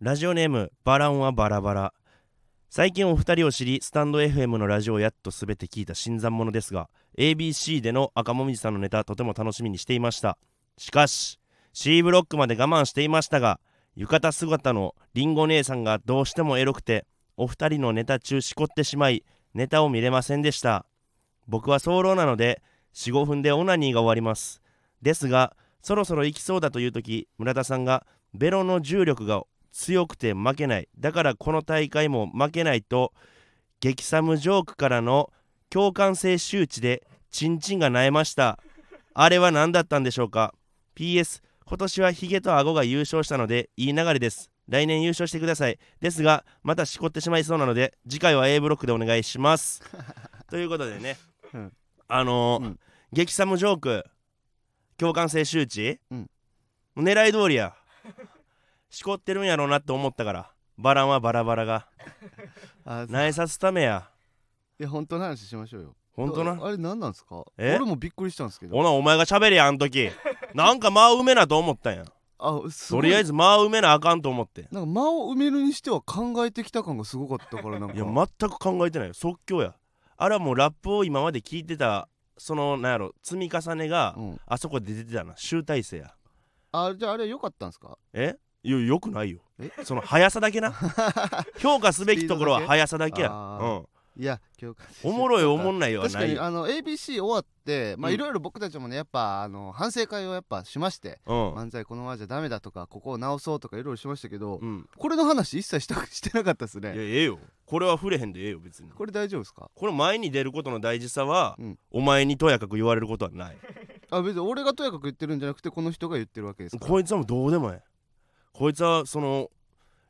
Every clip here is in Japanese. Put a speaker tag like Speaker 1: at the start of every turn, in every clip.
Speaker 1: ラジオネームバランはバラバラ最近お二人を知りスタンド FM のラジオをやっと全て聞いた新参者ですが ABC での赤もみじさんのネタとても楽しみにしていましたしかし C ブロックまで我慢していましたが浴衣姿のりんご姉さんがどうしてもエロくてお二人のネタ中しこってしまいネタを見れませんでした僕は早漏なので45分でオナニーが終わりますですがそろそろ行きそうだという時村田さんがベロの重力が強くて負けないだからこの大会も負けないと激寒ジョークからの共感性周知でチンチンが萎えましたあれは何だったんでしょうか PS 今年はヒゲと顎が優勝したのでいい流れです来年優勝してくださいですがまたしこってしまいそうなので次回は A ブロックでお願いします ということでね、
Speaker 2: うん
Speaker 1: あのー
Speaker 2: うん
Speaker 1: 激寒ジョーク共感性周知、
Speaker 2: うん
Speaker 1: 狙い通りやしこってるんやろうなって思ったからバランはバラバラが
Speaker 2: あそう
Speaker 1: 萎えさすためや
Speaker 2: いや本当の話しましょうよ
Speaker 1: 本当な
Speaker 2: ああれ何なんですか
Speaker 1: え
Speaker 2: 俺もびっくりしたんですけど
Speaker 1: ほなお前が喋れやあん時なんか間を埋めなと思ったんや
Speaker 2: あす
Speaker 1: と
Speaker 2: ごい
Speaker 1: りあえず間を埋めなあかんと思って
Speaker 2: なんか間を埋めるにしては考えてきた感がすごかったからなんか
Speaker 1: いや全く考えてないよ即興やあれはもうラップを今まで聞いてたそのなんやろ積み重ねが、
Speaker 2: うん、
Speaker 1: あそこで出てたな集大成や
Speaker 2: あじゃああれ良かった んですか
Speaker 1: えいやよくないよ
Speaker 2: え
Speaker 1: その速さだけな 評価すべきところは速さだけや
Speaker 2: スピードだけ
Speaker 1: うん
Speaker 2: いや今日
Speaker 1: おもろいおもんないは
Speaker 2: 確か
Speaker 1: ない
Speaker 2: に
Speaker 1: よ
Speaker 2: あの ABC 終わってまあ
Speaker 1: うん
Speaker 2: いろいろ僕たちもねやっぱあの反省会をやっぱしまして
Speaker 1: うん、
Speaker 2: 漫才このままじゃダメだとかここを直そうとかいろいろしましたけど
Speaker 1: うん、
Speaker 2: これの話一切したしてなかったです
Speaker 1: いや
Speaker 2: ね
Speaker 1: ええよこれは触れへんでええよ別に
Speaker 2: これ大丈夫ですか
Speaker 1: この前に出ることの大事さは、
Speaker 2: うん
Speaker 1: お前にとやかく言われることはない
Speaker 2: あ別に俺がとやかく言ってるんじゃなくてこの人が言ってるわけですから
Speaker 1: こいつはもうどうでもええこいつはその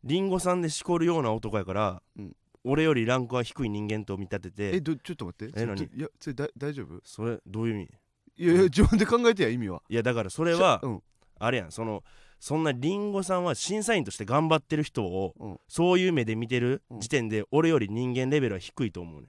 Speaker 1: リンゴさんでしこるような男やから、
Speaker 2: うん
Speaker 1: 俺よりランクは低い人間と見立てて
Speaker 2: えどちょっと待って
Speaker 1: え
Speaker 2: ちょっと
Speaker 1: 何
Speaker 2: いやそれだ大丈夫
Speaker 1: それどういう意味
Speaker 2: いやいや自分で考えてや意味はい
Speaker 1: やだからそ
Speaker 2: こ
Speaker 1: れは
Speaker 2: うん
Speaker 1: あれやんそのそんなリンゴさんは審査員として頑張ってる人を、
Speaker 2: うん
Speaker 1: そういう目で見てる
Speaker 2: うん
Speaker 1: 時点で俺より人間レベルは低いと思うね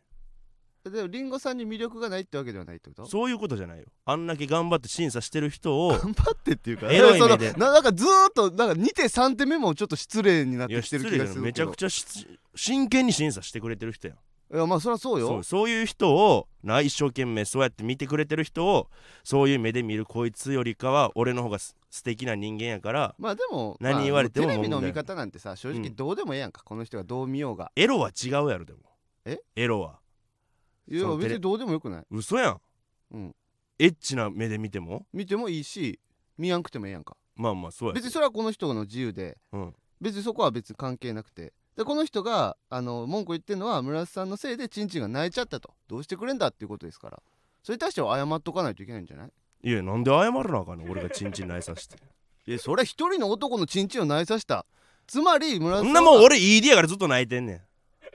Speaker 2: でもリンゴさんに魅力がないってわけではないってこと
Speaker 1: ん そういうことじゃないよあんだけ頑張って審査してる人を
Speaker 2: 頑張ってっていうか
Speaker 1: エロい目
Speaker 2: その
Speaker 1: で
Speaker 2: ななんかずーっとなんか2手3手目もちょっと失礼になっ
Speaker 1: い
Speaker 2: て
Speaker 1: や
Speaker 2: きて
Speaker 1: 失
Speaker 2: る
Speaker 1: 礼
Speaker 2: 気
Speaker 1: だ
Speaker 2: が
Speaker 1: よ
Speaker 2: する
Speaker 1: めちゃく
Speaker 2: ち
Speaker 1: ちゃし真剣に審査してくれてる人やん
Speaker 2: ゃいやまあそりゃそうよ
Speaker 1: そうそういう人をな一生懸命そうやって見てくれてる人をそういう目で見るこいつよりかは俺の方がす素敵な人間やから
Speaker 2: まあでも
Speaker 1: 何
Speaker 2: まあ
Speaker 1: 言われても
Speaker 2: テレビの
Speaker 1: 問題
Speaker 2: 見方なんてさ正直
Speaker 1: うん
Speaker 2: どうでもええやんか、この人がどう見ようが
Speaker 1: エロは違うやろでも
Speaker 2: え
Speaker 1: エロはい
Speaker 2: や
Speaker 1: そうテレ
Speaker 2: 別にどうでもよくない
Speaker 1: 嘘やん、
Speaker 2: うん
Speaker 1: エッチな目で見ても
Speaker 2: 見てもいいし見やんくてもええやんか
Speaker 1: まあまあそうやけ
Speaker 2: 別
Speaker 1: ど
Speaker 2: にそれはこの人の自由で
Speaker 1: うん、
Speaker 2: 別にそこは別に関係なくてでこの人があの文句言ってるのは村瀬さんのせいでチンチンが泣いちゃったとどうしてくれんだっていうことですからそれに対しては謝っとかないといけないんじゃない
Speaker 1: いやなんで謝らなあかんの俺がチンチンないさ して
Speaker 2: いやそれは一人の男のチンチンを泣いさせたつまり村瀬
Speaker 1: そ
Speaker 2: さん
Speaker 1: ん
Speaker 2: は
Speaker 1: なもん俺 ED やからずっと泣いてんねん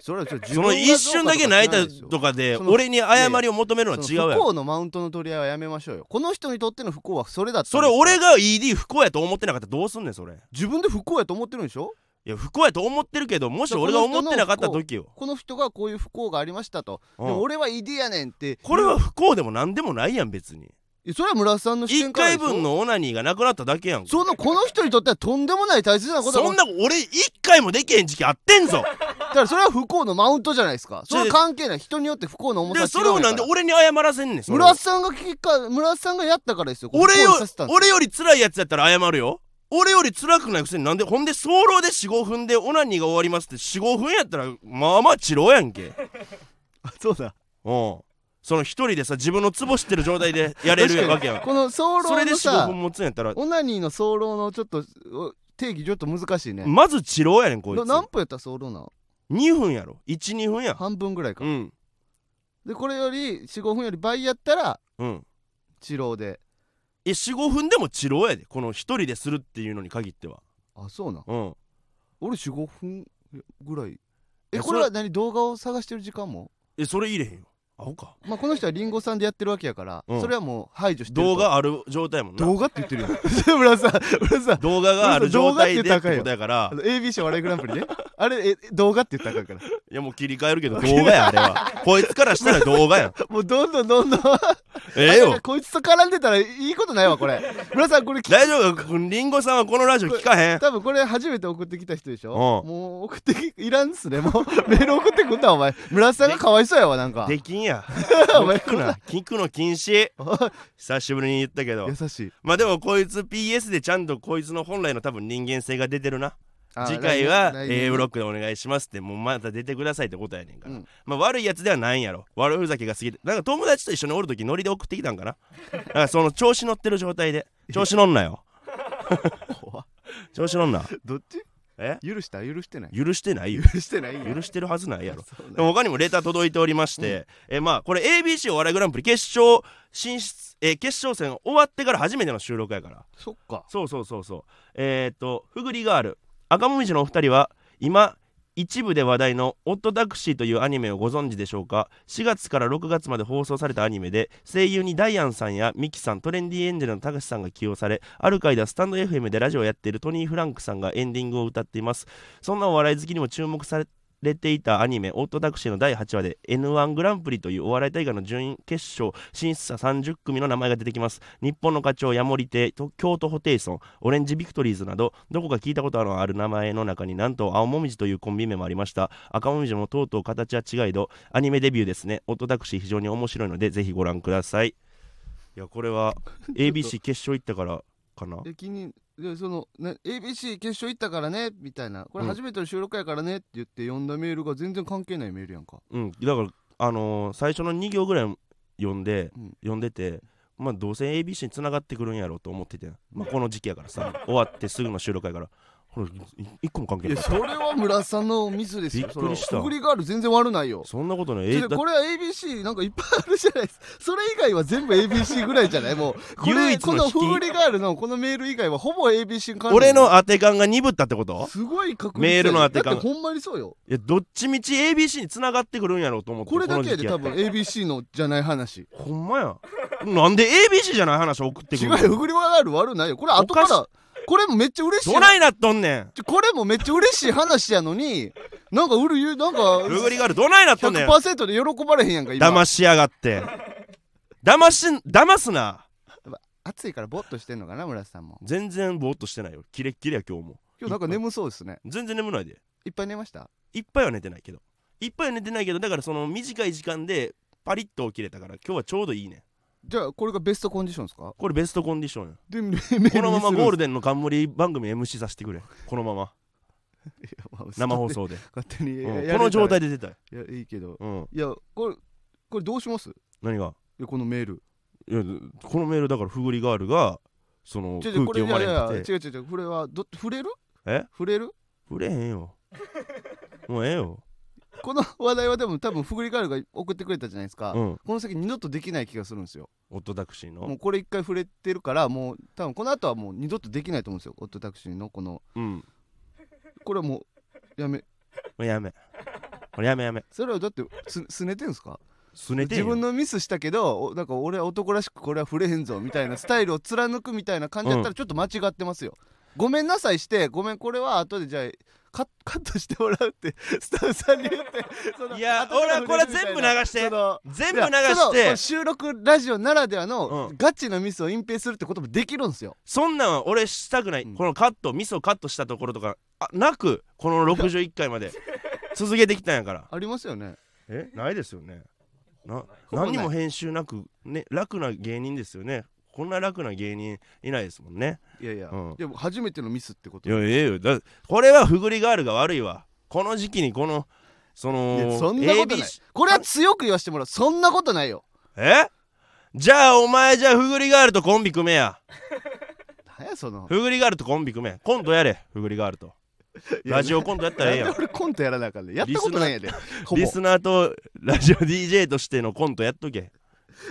Speaker 2: それはそれ自
Speaker 1: そ
Speaker 2: 分
Speaker 1: の
Speaker 2: がどうかと
Speaker 1: 一
Speaker 2: か
Speaker 1: 瞬だけ泣いたとかで
Speaker 2: その
Speaker 1: 俺に謝りを求めるのは違
Speaker 2: そ
Speaker 1: や
Speaker 2: うの不
Speaker 1: ろ
Speaker 2: 幸のマウントの取り合いはやめましょうよこの人にとっての不幸はそれだった
Speaker 1: それ
Speaker 2: が
Speaker 1: 俺が ED 不幸やと思ってなかったらどうすんねんそれ
Speaker 2: 自分で不幸やと思ってるんでしょ
Speaker 1: いや不幸やと思ってるけどもし俺が思ってなかった時よ、
Speaker 2: この人がこういう不幸がありましたと、
Speaker 1: うん
Speaker 2: でも俺はイディやねんって
Speaker 1: これは不幸でも何でもないやん別に
Speaker 2: いやそれは村田さんの視
Speaker 1: 1
Speaker 2: 点から
Speaker 1: 回
Speaker 2: でしょ
Speaker 1: 分のオナニーがなくなっただけやん
Speaker 2: そのこの人にとってはとんでもない大切なことだ
Speaker 1: そんな俺1回もできへん時期あってんぞ
Speaker 2: だからそれは不幸のマウントじゃないですかそれは関係ない人によって不幸の重さ
Speaker 1: で
Speaker 2: は
Speaker 1: そ
Speaker 2: 違
Speaker 1: れ
Speaker 2: う
Speaker 1: を
Speaker 2: ん
Speaker 1: な
Speaker 2: だ
Speaker 1: ん
Speaker 2: か
Speaker 1: で
Speaker 2: ら
Speaker 1: 俺に謝らせんねんそれ
Speaker 2: 村田さんが結果村田さんがやったからですよ
Speaker 1: 俺
Speaker 2: 不
Speaker 1: よ
Speaker 2: 幸にさせたんです
Speaker 1: 俺より辛いやつやったら謝るよ俺より辛くないくせになんでほんで早漏で45分でオナニーが終わりますって45分やったらまあまあ治療やんけ うん
Speaker 2: そうだ
Speaker 1: その一人でさ自分のツボ知ってる状態でやれるわけやん
Speaker 2: この早
Speaker 1: それ
Speaker 2: 漏
Speaker 1: で
Speaker 2: の
Speaker 1: 45
Speaker 2: さ
Speaker 1: 分持つんやったら
Speaker 2: オナニーの早漏のちょっとお定義ちょっと難しいね、
Speaker 1: まず治療やねんこい
Speaker 2: な
Speaker 1: つ
Speaker 2: 何分やったら早漏なの
Speaker 1: 2分やろ12分や
Speaker 2: 半分ぐらいか、
Speaker 1: うん
Speaker 2: でこれより45分より倍やったら
Speaker 1: うん
Speaker 2: 治療で
Speaker 1: え45分でも治療やでこの一人でするっていうのに限っては
Speaker 2: あそうなん
Speaker 1: うん
Speaker 2: 俺45分ぐらい
Speaker 1: い
Speaker 2: え
Speaker 1: や
Speaker 2: これは何動画を探してる時間も
Speaker 1: えそれ入れへんよアホか
Speaker 2: まあこの人はリンゴさんでやってるわけやから、
Speaker 1: うん
Speaker 2: それはもう排除してると
Speaker 1: 動画ある状態やもんな
Speaker 2: 動画って言ってるやん 村さん村さん
Speaker 1: 動画がある状態でって
Speaker 2: 動画
Speaker 1: こ
Speaker 2: って言ったらあかんよ
Speaker 1: とやから
Speaker 2: あの ABC お笑いグランプリねあれえ動画って言ったらあかんか
Speaker 1: いやもう切り替えるけど動画やあれはこいつからしたら動画やん
Speaker 2: らもうどんどんどんどん
Speaker 1: ええ よ
Speaker 2: こいつと絡んでたらいいことないわこれ村さんこれ聞
Speaker 1: 大丈夫リンゴさんはこのラジオ聞かへん
Speaker 2: 多分これ初めて送ってきた人でしょ
Speaker 1: うん
Speaker 2: もう送ってきいらんっすねもうメール送ってくんなお前村瀬さんがかわいそうやわなんか
Speaker 1: できんや
Speaker 2: お前
Speaker 1: 聞くな聞くの禁止 久しぶりに言ったけど
Speaker 2: 優しい
Speaker 1: まあでもこいつ PS でちゃんとこいつの本来の多分人間性が出てるな
Speaker 2: あ
Speaker 1: 次回は
Speaker 2: 来年来年
Speaker 1: A ブロックでお願いしますってもうまた出てくださいってことやねんから、
Speaker 2: うん
Speaker 1: まあ悪いやつではないんやろ悪ふざけが過ぎてなんか友達と一緒におる時ノリで送ってきたんかななんかその調子乗ってる状態で調子乗んなよ
Speaker 2: 怖っ
Speaker 1: 調子乗んな
Speaker 2: どっち
Speaker 1: え
Speaker 2: 許した許してない
Speaker 1: 許してないよ
Speaker 2: 許してない
Speaker 1: 許してるはずないやろ
Speaker 2: そうなん
Speaker 1: でも他にもレター届いておりまして、えまあこれ ABC お笑いグランプリ決勝進出、えー決勝戦終わってから初めての収録やから
Speaker 2: そっか
Speaker 1: そうそうそうそうえー、っとふぐりガール赤もみじのお二人は今一部で話題の「オットタクシー」というアニメをご存知でしょうか4月から6月まで放送されたアニメで声優にダイアンさんやミキさんトレンディエンジェルのたかしさんが起用されある回ではスタンド FM でラジオをやっているトニー・フランクさんがエンディングを歌っていますそんなお笑い好きにも注目されれていたアニメ「オートタクシー」の第8話で N1 グランプリというお笑い大会の準々決勝審査30組の名前が出てきます日本の課長ヤモリ亭と京都ホテイソンオレンジビクトリーズなどどこか聞いたことのある名前の中になんと青もみじというコンビ名もありました赤もみじもとうとう形は違いどアニメデビューですねオートタクシー非常に面白いのでぜひご覧くださいいやこれ は ABC 決勝行ったからかな
Speaker 2: え気にでそのね ABC 決勝行ったからねみたいなこれ
Speaker 1: うん
Speaker 2: 初めての収録やからねって言って読んだメールが全然関係ないメールやんか
Speaker 1: うん、だから、あのー最初の2行ぐらい読んで、
Speaker 2: うん
Speaker 1: 読んでて、まあ、どうせ ABC につながってくるんやろうと思ってて、まあ、この時期やからさ、終わってすぐの収録やから、ほら、い一個も関係
Speaker 2: い
Speaker 1: な
Speaker 2: や
Speaker 1: い。
Speaker 2: それは村瀬さんのミスですよ
Speaker 1: びっくりした
Speaker 2: それはふぐりガール全然悪ないよ
Speaker 1: そんなことない。
Speaker 2: ち
Speaker 1: え
Speaker 2: ょ
Speaker 1: だ
Speaker 2: これは ABC なんかいっぱいあるじゃないですかそれ以外は全部 ABC ぐらいじゃないもうこ
Speaker 1: 唯
Speaker 2: れ
Speaker 1: 一の
Speaker 2: この
Speaker 1: 引き
Speaker 2: ふぐりガールのこのメール以外はほぼ ABC 関連
Speaker 1: 俺の当て感が鈍ったってこと
Speaker 2: すごい確率
Speaker 1: メールの当て感
Speaker 2: だってほんまにそうよ
Speaker 1: いやどっちみち ABC につながってくるんやろうと思って
Speaker 2: これだけ
Speaker 1: の
Speaker 2: や
Speaker 1: 時期
Speaker 2: で
Speaker 1: や
Speaker 2: 多
Speaker 1: った
Speaker 2: 分 ABC のじゃない話
Speaker 1: ほんまやなんで ABC じゃない話送ってく
Speaker 2: 違う
Speaker 1: る
Speaker 2: よふぐりガール悪ないよこれ後か
Speaker 1: お
Speaker 2: らこれもめっちゃ嬉しい
Speaker 1: どないなっとんねん
Speaker 2: ちょこれもめっちゃ嬉しい話やのになんか売る言うなんか
Speaker 1: ルグリガールどないなっとんねん
Speaker 2: 100%で喜ばれへんやんか今
Speaker 1: 騙しやがって騙し騙すな
Speaker 2: 暑いからぼーっとしてんのかな村瀬さんも
Speaker 1: 全然ぼーっとしてないよキレッキレや今日も
Speaker 2: 今日なんか眠そうですね
Speaker 1: 全然眠ないで
Speaker 2: いっぱい寝ました
Speaker 1: いっぱいは寝てないけどいっぱいは寝てないけどだからその短い時間でパリッと起きれたから今日はちょうどいいね
Speaker 2: じゃあこれがベストコンディションですか
Speaker 1: これベストコンディションよ
Speaker 2: でメールにす
Speaker 1: こ
Speaker 2: る
Speaker 1: のままゴールデンの冠番組 MC させてくれこのまま
Speaker 2: いやまあ
Speaker 1: 生放送で、
Speaker 2: 勝手に
Speaker 1: うん
Speaker 2: やれたら
Speaker 1: この状態で出たい、
Speaker 2: いやいいけど
Speaker 1: うん、
Speaker 2: いやこれこれどうしますい
Speaker 1: 何が
Speaker 2: やこのメール
Speaker 1: いやこのメールだからフグリガールがその
Speaker 2: ちょ
Speaker 1: 空
Speaker 2: ちょこ
Speaker 1: 気
Speaker 2: れ
Speaker 1: 読
Speaker 2: い
Speaker 1: ま
Speaker 2: やい
Speaker 1: れ
Speaker 2: や
Speaker 1: なくて
Speaker 2: 違う違う違うこれはど触れる
Speaker 1: え
Speaker 2: 触れる
Speaker 1: 触れへんよもうええよ、
Speaker 2: この話題はでも多分フグリガールが送ってくれたじゃないですか、
Speaker 1: うん、
Speaker 2: この先二度とできない気がするんですよ
Speaker 1: オットタクシー
Speaker 2: も
Speaker 1: の
Speaker 2: うこれ一回触れてるからもう多分この後はもう二度とできないと思うんですよオットタクシーのこの
Speaker 1: うんも
Speaker 2: これはもうやめ
Speaker 1: うやめこれやめやめ
Speaker 2: それはだってすすねてんすか
Speaker 1: すねてん
Speaker 2: 自
Speaker 1: よ
Speaker 2: 分のミスしたけどおなんか俺は男らしくこれは触れへんぞみたいなスタイルを貫くみたいな感じだった
Speaker 1: う
Speaker 2: らちょっと間違ってますよ、ごめんなさいしてごめんこれは後でじゃあカカットしてもらうって スタッフさんに言ってその
Speaker 1: いや
Speaker 2: 後から
Speaker 1: 俺はこれは全部流して
Speaker 2: その
Speaker 1: 全部流
Speaker 2: い
Speaker 1: し
Speaker 2: やそのこ
Speaker 1: て
Speaker 2: の収録ラジオならではの
Speaker 1: うん
Speaker 2: ガチのミスを隠蔽するってこともできるんですよ、
Speaker 1: そんなんは俺したくない、
Speaker 2: うん
Speaker 1: このカットミスをカットしたところとかあなくこの61回 まで続けてきたんやから
Speaker 2: ありますよね
Speaker 1: えないですよねな
Speaker 2: ほぼない
Speaker 1: 何にも編集なく、ね、楽な芸人ですよねこんな楽な芸人いないですもんね
Speaker 2: いやいや、
Speaker 1: うん
Speaker 2: いやもう初めてのミスってこと
Speaker 1: いやええよだこれはフグリガールが悪いわこの時期にこのそ
Speaker 2: いや
Speaker 1: の
Speaker 2: そんなことない
Speaker 1: ABC
Speaker 2: これは強く言わせてもらうそんなことないよ
Speaker 1: えじゃあお前じゃあフグリガールとコンビ組めや
Speaker 2: 何やその
Speaker 1: フグリガールとコンビ組めコントやれフグリガールとラジオコントやったらええやん
Speaker 2: なんで俺コントやらなあかんねんやったことないんやでほぼ
Speaker 1: リスナーとラジオ DJ としてのコントやっとけ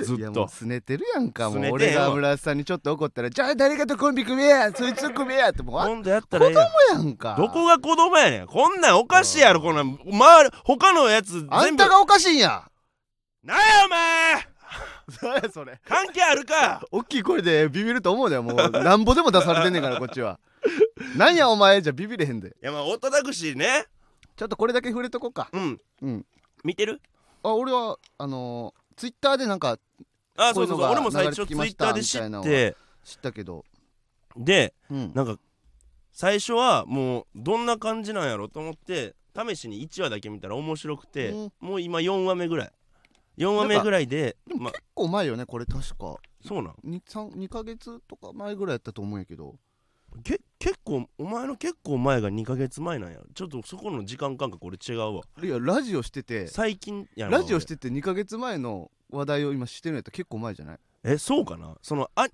Speaker 1: ず
Speaker 2: いや
Speaker 1: っ
Speaker 2: もう
Speaker 1: と
Speaker 2: すねてるやんかも
Speaker 1: すね
Speaker 2: う
Speaker 1: てんよ
Speaker 2: 俺が村瀬さんにちょっと怒ったらじゃあ誰かとコンビ組めやそいつと組めやってもうあっ
Speaker 1: コントやったらええやん
Speaker 2: やんか
Speaker 1: どこが子供やねんこんなんおかしいやろこんなん回る他のやつ
Speaker 2: あ
Speaker 1: 全
Speaker 2: ん
Speaker 1: 部
Speaker 2: たがおかしいんや
Speaker 1: なんやお前
Speaker 2: 何やそれ
Speaker 1: 関係あるか
Speaker 2: 大きい声でビビると思うでもうなんぼでも出されてんねんからこっちはなんやお前じゃビビれへんで
Speaker 1: いやまあオタタクシーね
Speaker 2: ちょっとこれだけ触れとこうか
Speaker 1: うん
Speaker 2: うん
Speaker 1: 見てる
Speaker 2: あ俺はあのツイッター Twitter でなんか
Speaker 1: あ
Speaker 2: こう
Speaker 1: そ
Speaker 2: いう
Speaker 1: そうそ
Speaker 2: うの
Speaker 1: う
Speaker 2: が
Speaker 1: 俺も最
Speaker 2: 流
Speaker 1: 初
Speaker 2: れ
Speaker 1: ツ
Speaker 2: て
Speaker 1: イ
Speaker 2: きま
Speaker 1: ッ
Speaker 2: し
Speaker 1: ター
Speaker 2: た
Speaker 1: で
Speaker 2: み
Speaker 1: 知
Speaker 2: たいな
Speaker 1: っ
Speaker 2: のは
Speaker 1: て
Speaker 2: 知ったけど、
Speaker 1: で
Speaker 2: うん、
Speaker 1: なんか最初はもうどんな感じなんやろと思って試しに1話だけ見たら面白くて、
Speaker 2: うん
Speaker 1: もう今4話目ぐらい4話目ぐらいで
Speaker 2: でも
Speaker 1: ま
Speaker 2: 結構前よねこれ確か
Speaker 1: そうなん
Speaker 2: 2, 3 2ヶ月とか前ぐらいやったと思うんやけど
Speaker 1: け結構お前の結構前が2ヶ月前なんやちょっとそこの時間感覚俺違うわ
Speaker 2: いやラジオしてて
Speaker 1: 最近やな
Speaker 2: ラジオしてて2ヶ月前の話題を今してるんやったら結構前じゃない
Speaker 1: えそうかなそのア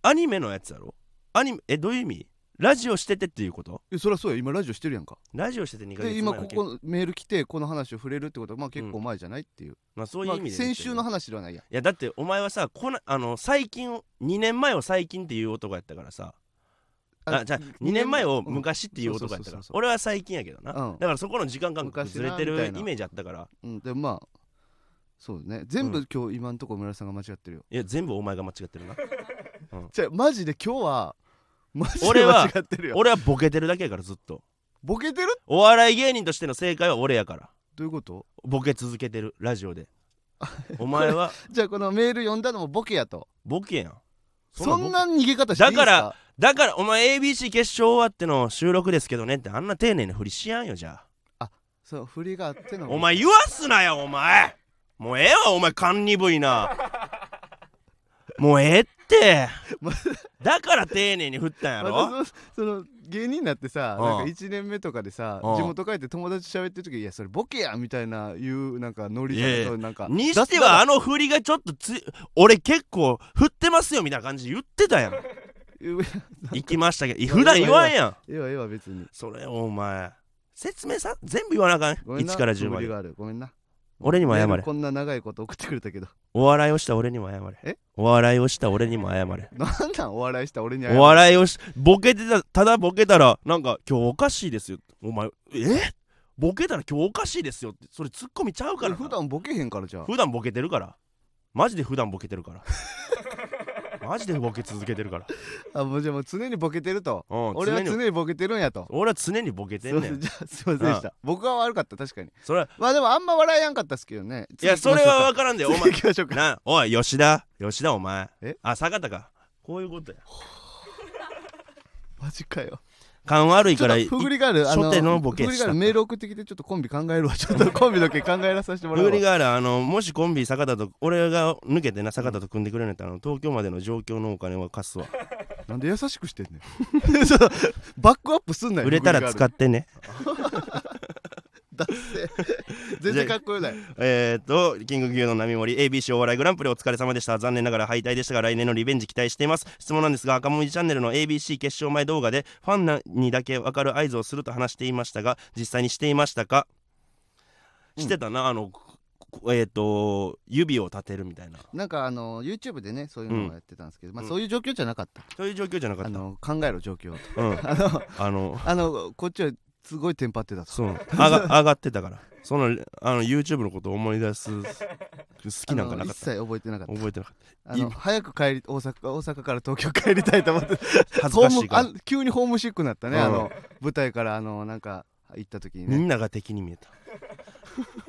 Speaker 1: アニメのやつやろアニメえどういう意味ラジオしててっていうこと
Speaker 2: えそりゃそうや今ラジオしてるやんか
Speaker 1: ラジオしてて2ヶ月
Speaker 2: で
Speaker 1: 前
Speaker 2: 今
Speaker 1: は
Speaker 2: こ
Speaker 1: 結構
Speaker 2: こメール来てこの話を触れるってことはまあ結構前じゃないっていう,、
Speaker 1: まあ、そういう意味で、
Speaker 2: まあ、先週の話ではないや
Speaker 1: いやだってお前はさこなあの最近を2年前を最近っていう男やったからさあじゃあ2年前を昔っていう男やったから
Speaker 2: うんそうそうそうそう
Speaker 1: 俺は最近やけどな、
Speaker 2: うん
Speaker 1: だからそこの時間感覚
Speaker 2: 昔
Speaker 1: ず
Speaker 2: な
Speaker 1: れて
Speaker 2: みた
Speaker 1: る
Speaker 2: いな
Speaker 1: イメージあったから
Speaker 2: うん、でもまあそうね全
Speaker 1: う
Speaker 2: 部今日今んとこ村井さんが間違ってるよ
Speaker 1: いや全部お前が間違ってるな
Speaker 2: じゃあマジで今日はマジで
Speaker 1: 俺は
Speaker 2: 間違ってるよ
Speaker 1: 俺はボケてるだけやからずっと
Speaker 2: ボケてる
Speaker 1: お笑い芸人としての正解は俺やから
Speaker 2: どういうこと
Speaker 1: ボケ続けてるラジ オでお前は
Speaker 2: じゃあこのメール読んだのもボケやと
Speaker 1: ボケやん
Speaker 2: そん
Speaker 1: ボケ
Speaker 2: な逃げ方していいん
Speaker 1: だ
Speaker 2: すか
Speaker 1: からだからお前 ABC 決勝終わっての収録ですけどねってあんな丁寧なふりしやんよじゃあ
Speaker 2: そう振りがあっての
Speaker 1: お前言わすなよお前もうええわお前勘鈍いな もうええって
Speaker 2: ま
Speaker 1: だから丁寧に振ったんや
Speaker 2: ま
Speaker 1: ろ
Speaker 2: たそその芸人になってさ
Speaker 1: うん
Speaker 2: なんか1年目とかでさ
Speaker 1: うん
Speaker 2: 地元帰って友達と喋ってる時いやそれボケやみたいないうなんかノリ
Speaker 1: いやいや
Speaker 2: となんか
Speaker 1: にしてはあの振りがちょっとつ俺結構振ってますよみたいな感じで言ってたやん
Speaker 2: 言
Speaker 1: 行きました けど普段言わんやん
Speaker 2: ええわええわ別に
Speaker 1: それお前説明さ全部言わなあかん
Speaker 2: ごめんな
Speaker 1: 1から10ま
Speaker 2: 振り
Speaker 1: で
Speaker 2: があるごめんな
Speaker 1: 俺にも謝
Speaker 2: メ
Speaker 1: れ
Speaker 2: ールこんな長いこと送ってくれたけど
Speaker 1: お笑いをした俺にも謝れ
Speaker 2: え
Speaker 1: お笑いをした俺にも謝れ
Speaker 2: なんなんお笑いした俺に謝る
Speaker 1: お笑いをしボケてたただボケたらなんか今日おかしいですよお前えボケたら今日おかしいですよってそれツッコミちゃうからな
Speaker 2: 普段ボケへんからじゃあ
Speaker 1: 普段ボケてるからマジで普段ボケてる からマジでボケ続けてるから、
Speaker 2: あもうじゃあもう常にボケてると
Speaker 1: うん、
Speaker 2: 俺は
Speaker 1: 常
Speaker 2: 常
Speaker 1: に
Speaker 2: にボケてるんやと
Speaker 1: 俺は常にボケて
Speaker 2: すい
Speaker 1: ん
Speaker 2: ま
Speaker 1: ね
Speaker 2: せん
Speaker 1: ん
Speaker 2: じゃあすいませんでした僕は悪かった確かに
Speaker 1: それは
Speaker 2: まあでもあんま笑えやんかったっすけどね
Speaker 1: いやそれは分
Speaker 2: か
Speaker 1: からんでお
Speaker 2: お
Speaker 1: 前
Speaker 2: 前行きましょうか
Speaker 1: なおい吉田吉田お前
Speaker 2: え
Speaker 1: あ坂田かこういうことや
Speaker 2: マジかよ
Speaker 1: 勘悪い
Speaker 2: ちょ
Speaker 1: から
Speaker 2: っとふぐりガール、あの、
Speaker 1: 初手のボケ
Speaker 2: ふぐり
Speaker 1: した
Speaker 2: ガール
Speaker 1: と
Speaker 2: メール送ってきて、ちょっとコンビ考えるわ。ちょっとコンビだけ考えらさせてもらう
Speaker 1: フ
Speaker 2: わ。
Speaker 1: ーリガールあのもしコンビ坂田と俺が抜けてな坂田と組んでくれるんやったらあの東京までの状況のお金は貸すわ
Speaker 2: なんで優しくしてんねん。 そうバックアップすんなよ。
Speaker 1: 売れたら使
Speaker 2: っ
Speaker 1: ってね
Speaker 2: だって。全然かっこよない。
Speaker 1: えーっとキング牛の並盛り ABC お笑いグランプリお疲れ様でした残念ながら敗退でしたが来年のリベンジ期待しています質問なんですが赤文字チャンネルの ABC 決勝前動画でファンなにだけ分かる合図をすると話していましたが実際にしていましたか
Speaker 2: うん
Speaker 1: してたな、あのここえーっと指を立てるみたいな
Speaker 2: なんか、あの、YouTube でね、そういうのをやってたんですけど、まあ、
Speaker 1: うん
Speaker 2: そういう状況じゃなかった。
Speaker 1: そういう状況じゃなか
Speaker 2: あ
Speaker 1: った
Speaker 2: の、考えろ、状況。
Speaker 1: うん
Speaker 2: あの、
Speaker 1: あの
Speaker 2: あの、こっちはすごいテンパってたと。
Speaker 1: そう上が 上がってたからそのあの YouTube のことを思い出す好きなんか
Speaker 2: あ
Speaker 1: なか
Speaker 2: の一
Speaker 1: った
Speaker 2: 切覚えてなかった。
Speaker 1: 覚えてなかっ
Speaker 2: あ
Speaker 1: い
Speaker 2: の早く帰り大阪大阪から東京帰りたいと思って
Speaker 1: た恥ずかしいか
Speaker 2: ホ
Speaker 1: ら
Speaker 2: ームあ急にホームシックになったね、
Speaker 1: うん
Speaker 2: あの舞台からあのなんか行った時に
Speaker 1: み
Speaker 2: ね
Speaker 1: んなが敵に見えた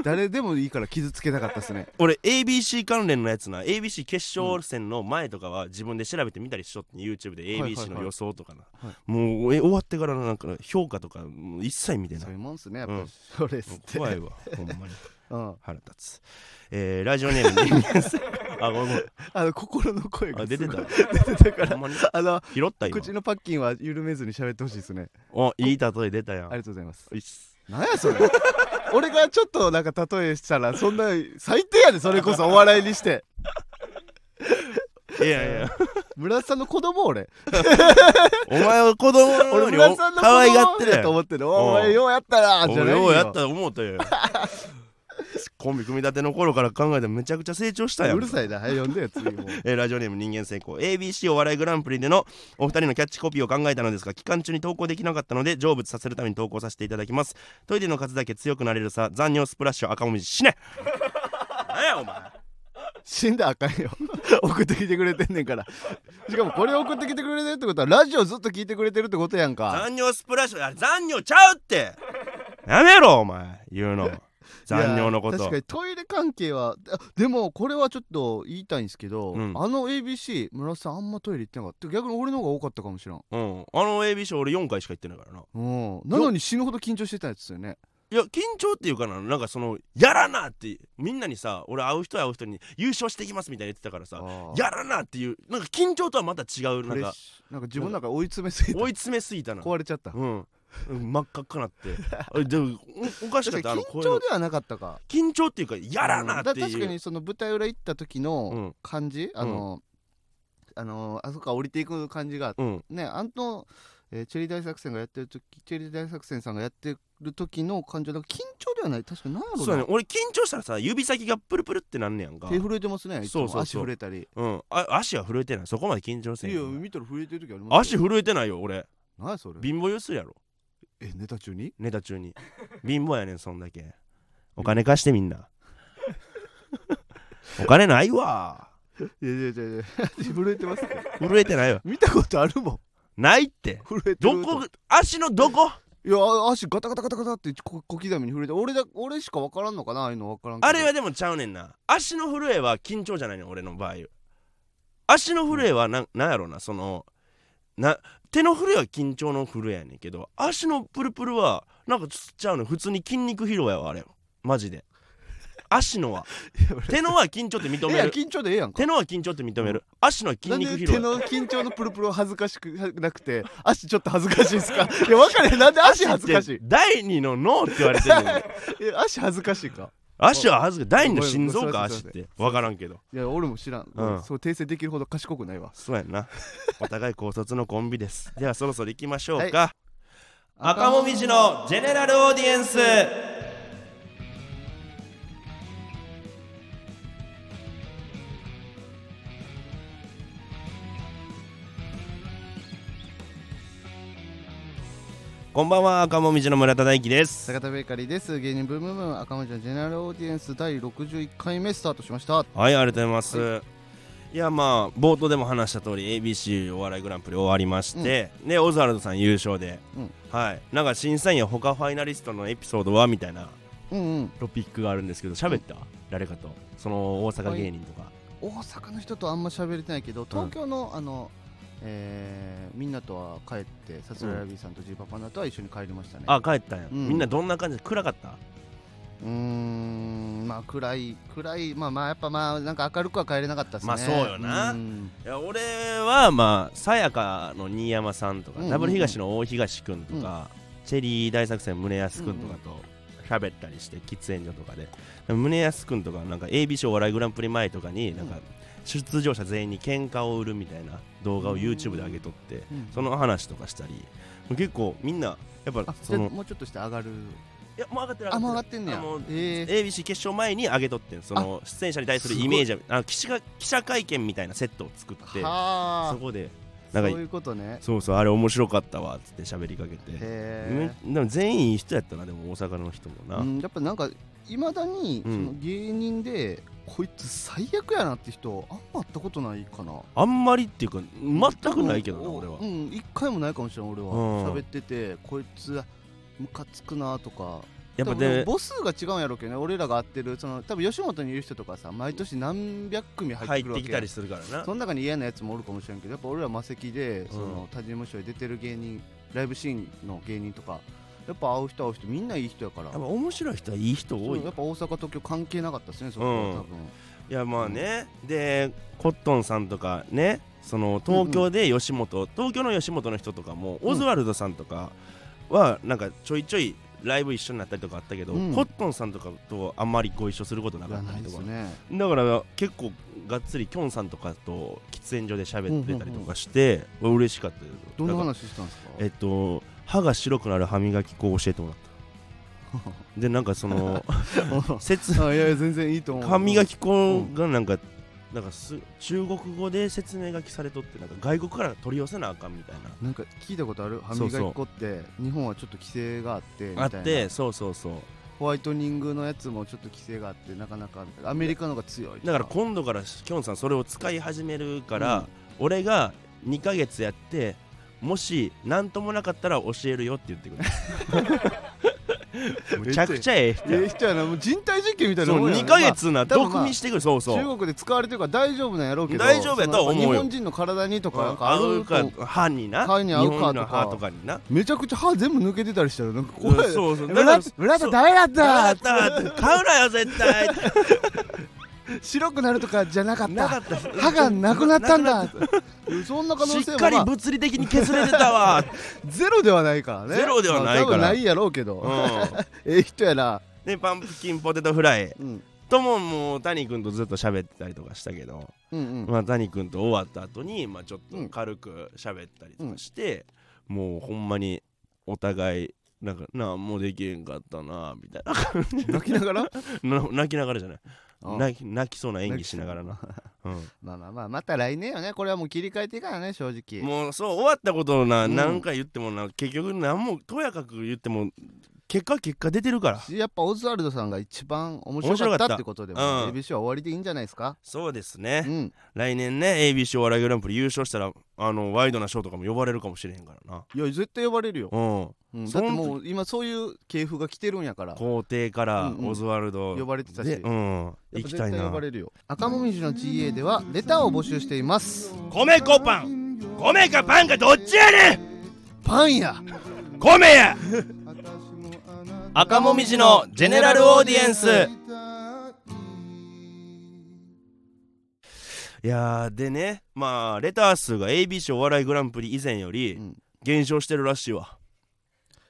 Speaker 2: 誰でもいいから傷つけたかったですね
Speaker 1: 俺 ABC 関連のやつな ABC 決勝戦の前とかは自分で調べてみたりしとって YouTube で
Speaker 2: はいはいはい
Speaker 1: ABC の予想とかな、
Speaker 2: はい
Speaker 1: もうえ終わってからのなんか評価とかもう一切見てない
Speaker 2: そう
Speaker 1: も
Speaker 2: いううもんっすねやっ
Speaker 1: う
Speaker 2: ぱ
Speaker 1: ん
Speaker 2: それっすっ
Speaker 1: う
Speaker 2: て、
Speaker 1: 怖いわほんまに
Speaker 2: うん、
Speaker 1: 腹立つ、えー、ラジオネーム人間 性あごめんご
Speaker 2: あの心の
Speaker 1: め
Speaker 2: 声
Speaker 1: ん
Speaker 2: が
Speaker 1: あ出てた
Speaker 2: すごい出てたか
Speaker 1: ほ
Speaker 2: ら
Speaker 1: んまに
Speaker 2: あの
Speaker 1: 拾った今
Speaker 2: 口のパッキンは緩めずに喋ってほしいですね
Speaker 1: おいい例え出たやん
Speaker 2: ありがとうございます
Speaker 1: よし
Speaker 2: なんやそれ俺がちょっとなんか例えしたらそんな最低やでそれこそお笑いにして
Speaker 1: いやいや
Speaker 2: 村田さんの子供俺
Speaker 1: お前は子供のよう
Speaker 2: 俺
Speaker 1: に
Speaker 2: 村田
Speaker 1: お
Speaker 2: さんの子
Speaker 1: 可愛がって
Speaker 2: 供
Speaker 1: る
Speaker 2: や
Speaker 1: や
Speaker 2: と
Speaker 1: ん
Speaker 2: 思ってる
Speaker 1: ん
Speaker 2: お前ようやったなじゃない
Speaker 1: 俺ようやったた思うたよコンビ組み立ての頃から考えたらめちゃくちゃ成長したやん
Speaker 2: うるさいなはい呼んでよ次もう
Speaker 1: えーラジオネーム人間成功 ABC お笑いグランプリでのお二人のキャッチコピーを考えたのですが期間中に投稿できなかったので成仏させるために投稿させていただきますトイレの数だけ強くなれるさ残尿スプラッシュ赤もみじ死ね何やお前
Speaker 2: 死んだらあかんよ 送ってきてくれてんねんからしかもこれ送ってきてくれてるってことはラジオずっと聞いてくれてるってことやんか
Speaker 1: 残尿スプラッシュあれ残尿ちゃうってやめろお前言うの残尿のこ
Speaker 2: いや
Speaker 1: と
Speaker 2: 確かにトイレ関係はあでもこれはちょっと言いたいんですけど、
Speaker 1: うん
Speaker 2: あの ABC 村瀬さんあんまトイレ行ってなかった逆に俺の方が多かったかもしれ
Speaker 1: う
Speaker 2: ん
Speaker 1: んあの ABC 俺4回しか行ってないからな
Speaker 2: うんなのに死ぬほど緊張してたやつですよね
Speaker 1: いや緊張っていうかななんかそのやらなってみんなにさ俺会う人は会う人に優勝してきますみたいに言ってたからさ
Speaker 2: あー
Speaker 1: やらなっていうなんか緊張とはまた違う
Speaker 2: プ
Speaker 1: な
Speaker 2: レ
Speaker 1: ん
Speaker 2: ッ
Speaker 1: か
Speaker 2: シャーなんか自分の中で追い詰めすぎて
Speaker 1: 追い詰めすぎたな
Speaker 2: 壊れちゃった
Speaker 1: うんうん真っ赤っかなってあれでもおおかしかった
Speaker 2: 確か
Speaker 1: あ
Speaker 2: に
Speaker 1: の
Speaker 2: 緊
Speaker 1: 声の
Speaker 2: 張ではなかったか
Speaker 1: 緊張っていうかやらなって
Speaker 2: うんだ
Speaker 1: いう
Speaker 2: 確かにその舞台裏行った時
Speaker 1: うん
Speaker 2: の感じ、あの、あのあそこから降りていく感じが
Speaker 1: うん
Speaker 2: ねあの、えーチェリー大作戦がやってる時チェリー大作戦さんがやってる時の感情だから緊張ではない確かに何やろ
Speaker 1: そう
Speaker 2: な
Speaker 1: だね俺緊張したらさ指先がプルプルってなんねやんか
Speaker 2: 手震えてますねいつも
Speaker 1: そうそうそう
Speaker 2: 足震えたり
Speaker 1: うんあ足は震えてないそこまで緊張せ
Speaker 2: い
Speaker 1: ん
Speaker 2: や
Speaker 1: よ
Speaker 2: 見たら震えてる時あります
Speaker 1: 足
Speaker 2: よ
Speaker 1: 震えてないよ俺
Speaker 2: 何やそれ
Speaker 1: 貧乏ゆするやろ
Speaker 2: えネタ中に
Speaker 1: ネタ中に貧乏やねんそんだけお金貸してみんなお金ないわ
Speaker 2: いやいやいやいや震えてますって
Speaker 1: 震えてないわ
Speaker 2: 見たことあるもん
Speaker 1: ないって
Speaker 2: 震えてる
Speaker 1: どこ足のどこ
Speaker 2: いやあ足ガタガタガタガタってこ小刻みに震えて俺だ俺しか分からんのかなああいうの分からんけど
Speaker 1: あれはでもちゃうねんな足の震えは緊張じゃないの俺の場合足の震えはなんなんやろうなそのな手の震えは緊張の震えやねんけど足のプルプルはなんかつっちゃうの普通に筋肉疲労やわあれマジで足のは手のは緊張って認
Speaker 2: い
Speaker 1: め
Speaker 2: や
Speaker 1: る
Speaker 2: 緊張でええやんか
Speaker 1: 手のは緊張って認める足のは筋
Speaker 2: なん
Speaker 1: 肉
Speaker 2: で
Speaker 1: 疲
Speaker 2: 手
Speaker 1: 労や
Speaker 2: の緊張のプルプルは恥ずかしくなくて足ちょっと恥ずかしい ですかいや分かるなんで足恥ずかし
Speaker 1: って第二の脳って言われてる
Speaker 2: いいや足恥ずかしいか
Speaker 1: 足は恥ずか第二の心臓
Speaker 2: ご
Speaker 1: か
Speaker 2: めんごめん
Speaker 1: 足って分からんけど
Speaker 2: いや俺も知らん、
Speaker 1: うん
Speaker 2: そう訂正できるほど賢くないわ
Speaker 1: そうやんな お互い高卒のコンビですではそろそろ行きましょうか、
Speaker 2: 赤もみ
Speaker 1: じのジェネラルオーディエンスこんばんは赤もみじの村田大樹です
Speaker 2: 坂田ベーカリーです芸人ブームブーム赤文字のジェネラルオーディエンス第61回目スタートしました
Speaker 1: はいありがとうございます、い、やまあ冒頭でも話した通り ABC お笑いグランプリ終わりまして、でオズワルドさん優勝で、
Speaker 2: うん
Speaker 1: はいなんか審査員や他ファイナリストのエピソードはみたいな
Speaker 2: うんうん
Speaker 1: トピックがあるんですけど喋った、誰かとその大阪芸人とか、
Speaker 2: 大阪の人とあんま喋れてないけど東京の、あのえーみんなとは帰ってさすらいラビーさんとジーパパンダとは一緒に帰りましたね
Speaker 1: あ帰ったんや、
Speaker 2: うん
Speaker 1: みんなどんな感じ暗かった
Speaker 2: うーんまあ暗い暗いまあまあやっぱまあなんか明るくは帰れなかったですね
Speaker 1: まあそうよなんいや俺はまあさやかの新山さんとか、
Speaker 2: うんうんうん
Speaker 1: ダブル東の大東くんとか、チェリー大作戦宗安くんとかと喋ったりして、喫煙所とかででも宗安くんとかなんか AB 賞お笑いグランプリ前とかになんか
Speaker 2: うん
Speaker 1: 出場者全員に喧嘩を売るみたいな動画を YouTube で上げとって、
Speaker 2: うん
Speaker 1: その話とかしたり結構みんなやっぱ
Speaker 2: あ
Speaker 1: そ
Speaker 2: じゃあ
Speaker 1: の
Speaker 2: もうちょっとして上がる
Speaker 1: いやもう上がってる
Speaker 2: あもう上が
Speaker 1: 上がっ
Speaker 2: っててんねや
Speaker 1: あもう
Speaker 2: えー
Speaker 1: ABC 決勝前に上げとってんその出演者に対するイメージあの記者記者会見みたいなセットを作って
Speaker 2: は
Speaker 1: そ
Speaker 2: あ
Speaker 1: こでな
Speaker 2: そ
Speaker 1: ん
Speaker 2: う
Speaker 1: か
Speaker 2: いうことね
Speaker 1: そうそうあれ面白かったわっつって喋りかけて、
Speaker 2: へ
Speaker 1: めでも全員いい人やったなでも大阪の人も
Speaker 2: え、
Speaker 1: な、
Speaker 2: うん、やっぱなんかいまだに
Speaker 1: う
Speaker 2: そ
Speaker 1: ん
Speaker 2: の芸人で、こいつ最悪やなって人あんま会ったことないかな
Speaker 1: あんまりっていうか全くないけどな
Speaker 2: 多分
Speaker 1: 俺は
Speaker 2: う、ん一回もないかもしれん俺は
Speaker 1: うん
Speaker 2: 喋っててこいつムカつくなとか
Speaker 1: やっぱ
Speaker 2: 多分で
Speaker 1: で
Speaker 2: も母数が違うんやろうけどね俺らが会ってるその多分吉本にいる人とかさ毎年何百組入っ
Speaker 1: 入っ
Speaker 2: てくるわ
Speaker 1: て
Speaker 2: け
Speaker 1: きたりするからな
Speaker 2: その中に嫌なやつもおるかもしれんけどやっぱ俺ら魔石でその他事務所で出てる芸人ライブシーンの芸人とかやっぱ会う人会う人みんないい人やから
Speaker 1: やっぱ面白い人はいい人多い
Speaker 2: そうやっぱ大阪東京関係なかったですねそこ
Speaker 1: うん
Speaker 2: は多分、
Speaker 1: いやまあね、でコットンさんとかねその東京で吉本、東京の吉本の人とかも
Speaker 2: うん
Speaker 1: オズワルドさんとかはなんかちょいちょいライブ一緒になったりとかあったけど、
Speaker 2: うん
Speaker 1: コットンさんとかとあんまりご一緒することなか
Speaker 2: が
Speaker 1: った
Speaker 2: な
Speaker 1: り
Speaker 2: い
Speaker 1: と
Speaker 2: で
Speaker 1: か
Speaker 2: す、ね
Speaker 1: だから結構がっつりきょんさんとかと喫煙所で喋ってたりとかして、嬉しかったよ
Speaker 2: どんな
Speaker 1: なんか
Speaker 2: 話したんですか
Speaker 1: えっと歯が白くなる歯磨き粉を教えてもらったでなんかそ の説
Speaker 2: あいやいや全然いいと思う
Speaker 1: 歯磨き粉がなんか、なんかす中国語で説明書きされとってなんか外国から取り寄せなあかんみたいな
Speaker 2: なんか聞いたことある歯
Speaker 1: そう
Speaker 2: 磨
Speaker 1: そう
Speaker 2: き粉って日本はちょっと規制があってみたいな
Speaker 1: あってそうそうそう
Speaker 2: ホワイトニングのやつもちょっと規制があってなかなかみたいなアメリカの方が強いと
Speaker 1: だから今度からきょんさんそれを使い始めるから、
Speaker 2: うん
Speaker 1: 俺が2ヶ月やってもし何ともなかったら教えるよって言ってくれむちゃくちゃええ人や
Speaker 2: ええ人やなもう人体実験みたいな
Speaker 1: そう
Speaker 2: もんやな
Speaker 1: 2ヶ月な
Speaker 2: 多分ま
Speaker 1: 毒
Speaker 2: あ
Speaker 1: 味してくるそうそう
Speaker 2: 中国で使われてるから大丈夫なんやろうけど
Speaker 1: 大丈夫やとは思うよ
Speaker 2: その日本人の体にとかなんかあ
Speaker 1: 合
Speaker 2: る
Speaker 1: う
Speaker 2: と
Speaker 1: か歯にな
Speaker 2: 歯に合うか
Speaker 1: 日本の
Speaker 2: とか
Speaker 1: 歯とかにな
Speaker 2: めちゃくちゃ歯全部抜けてたりしたらなんか
Speaker 1: うん
Speaker 2: 怖い
Speaker 1: そうそう
Speaker 2: 村田村田
Speaker 1: そう
Speaker 2: ダメだっ
Speaker 1: だ
Speaker 2: た
Speaker 1: った買うなよ絶対
Speaker 2: 白くなるとかじゃなかっ
Speaker 1: なか
Speaker 2: た
Speaker 1: った
Speaker 2: 歯がなくなったんだそんな可能
Speaker 1: しっ
Speaker 2: 性
Speaker 1: かり
Speaker 2: も、まあ、
Speaker 1: 物理的に削れてた わ
Speaker 2: ゼロではないからね
Speaker 1: ゼロではないから
Speaker 2: まあ多分ないやろうけど、
Speaker 1: うん
Speaker 2: ええ人やな、
Speaker 1: でパンプキンポテトフライ
Speaker 2: うん、
Speaker 1: とももう谷君とずっと喋ってたりとかしたけど
Speaker 2: うんうん
Speaker 1: まあ谷君と終わった後にまあちょっ
Speaker 2: うん
Speaker 1: と軽く喋ったりとかしてもうほんまにお互いなんかなんもできへんかったなみたいな
Speaker 2: 泣きながら
Speaker 1: な泣きながらじゃない
Speaker 2: うん
Speaker 1: 泣き泣きそうな演技しながらな、う
Speaker 2: まあまあまあまた来年よねこれはもう切り替えていかないね正
Speaker 1: ん、
Speaker 2: 直
Speaker 1: もうそう終わったことをな
Speaker 2: うん
Speaker 1: 何回言ってもな、結局何もとやかく言っても結果は結果出てるから
Speaker 2: やっぱオズワルドさんが一番面白か
Speaker 1: 面白か
Speaker 2: っ
Speaker 1: ったた
Speaker 2: ってことでも、
Speaker 1: うん
Speaker 2: ABC は終わりでいいんじゃないですか
Speaker 1: そうです
Speaker 2: う
Speaker 1: ね、
Speaker 2: ん
Speaker 1: 来年ね ABC お笑いグランプリ優勝したらあのワイドなショーとかも呼ばれるかもしれへんからない
Speaker 2: や絶対呼ばれるよ、
Speaker 1: うん
Speaker 2: うん、だ
Speaker 1: そ
Speaker 2: っ
Speaker 1: ん
Speaker 2: てもう今そういう系譜が来てるんやから
Speaker 1: 皇帝から
Speaker 2: うんうん
Speaker 1: オズワルド、
Speaker 2: 呼ばれてたし
Speaker 1: でうん
Speaker 2: やっ
Speaker 1: 行
Speaker 2: ぱ
Speaker 1: き
Speaker 2: 絶
Speaker 1: たい
Speaker 2: 対呼
Speaker 1: な
Speaker 2: ばれるよ赤もみじの GA ではレターを募集しています
Speaker 1: 米粉パン米かパンかどっちやねん
Speaker 2: パンや
Speaker 1: 米や赤もみじのジェネラルオーディエンスいやーでねまあレター数が ABC お笑いグランプリ以前より
Speaker 2: うん
Speaker 1: 減少してるらしいわ、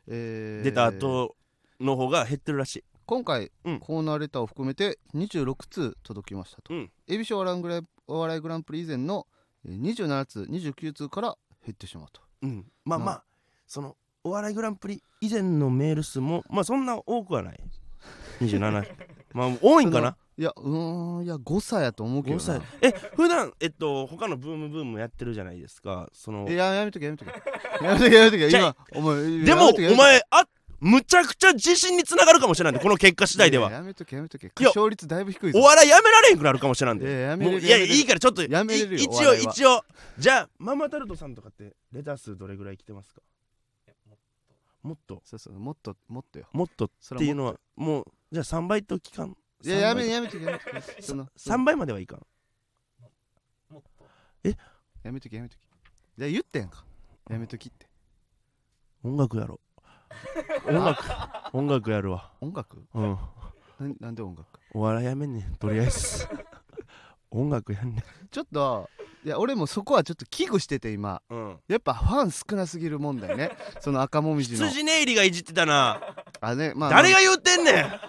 Speaker 2: えー
Speaker 1: 出た後の方が減ってるらしい
Speaker 2: 今回、
Speaker 1: うん
Speaker 2: コーナーレターを含めて26通届きましたと、
Speaker 1: うん
Speaker 2: ABC お笑いグランお笑いグランプリ以前のえー27通29通から減ってしまうと
Speaker 1: うんまあ
Speaker 2: まあ
Speaker 1: まあそのお笑いグランプリ以前のメール数もまあそんな多くはない27 まあ多いんかない
Speaker 2: やうーんいや誤差やと思うけど
Speaker 1: 5
Speaker 2: な
Speaker 1: 歳え普段えっと他のブームブームやってるじゃないですかその
Speaker 2: いややめとけやめとけ やめとけやめとけ
Speaker 1: じゃ
Speaker 2: 今お前
Speaker 1: で
Speaker 2: や
Speaker 1: も
Speaker 2: めとけやめとけ
Speaker 1: お前あむちゃくちゃ自信につながるかもしれないんでこの結果次第で
Speaker 2: いや
Speaker 1: は
Speaker 2: やめとけやめとけ
Speaker 1: いや
Speaker 2: 勝率だいぶ低いぞ
Speaker 1: お笑いやめられへんくなるかもしれないん
Speaker 2: いや
Speaker 1: で
Speaker 2: やめ
Speaker 1: も
Speaker 2: れ
Speaker 1: う
Speaker 2: る
Speaker 1: いや
Speaker 2: めれる
Speaker 1: いいからちょっとい
Speaker 2: やめれるよ
Speaker 1: 一応
Speaker 2: お笑いは
Speaker 1: 一応じゃあママタルトさんとかってレター数どれぐらい来てますかもっと
Speaker 2: そうそうもっともっとよ
Speaker 1: もっとっ
Speaker 2: そ
Speaker 1: て
Speaker 2: れ
Speaker 1: いう
Speaker 2: はも
Speaker 1: のはもうじゃあ3倍と期間
Speaker 2: いややめ
Speaker 1: や
Speaker 2: やめとけやめと けそのその
Speaker 1: 3倍まではいかん
Speaker 2: やめとけやめとけじゃ言ってんかやめときって
Speaker 1: 音楽やろ音 楽音楽やるわ
Speaker 2: 音楽
Speaker 1: うん
Speaker 2: なんなんで音楽
Speaker 1: お笑いやめんねんとりあえ ず音楽やんね
Speaker 2: ちょっといや俺もそこはちょっと危惧してて今
Speaker 1: ん、うん、
Speaker 2: やっぱファン少なすぎる問題ね その赤もみじの
Speaker 1: 羊ネイリがいじってたな
Speaker 2: あねまあ、
Speaker 1: 誰
Speaker 2: ま
Speaker 1: が言ってんねん
Speaker 2: あ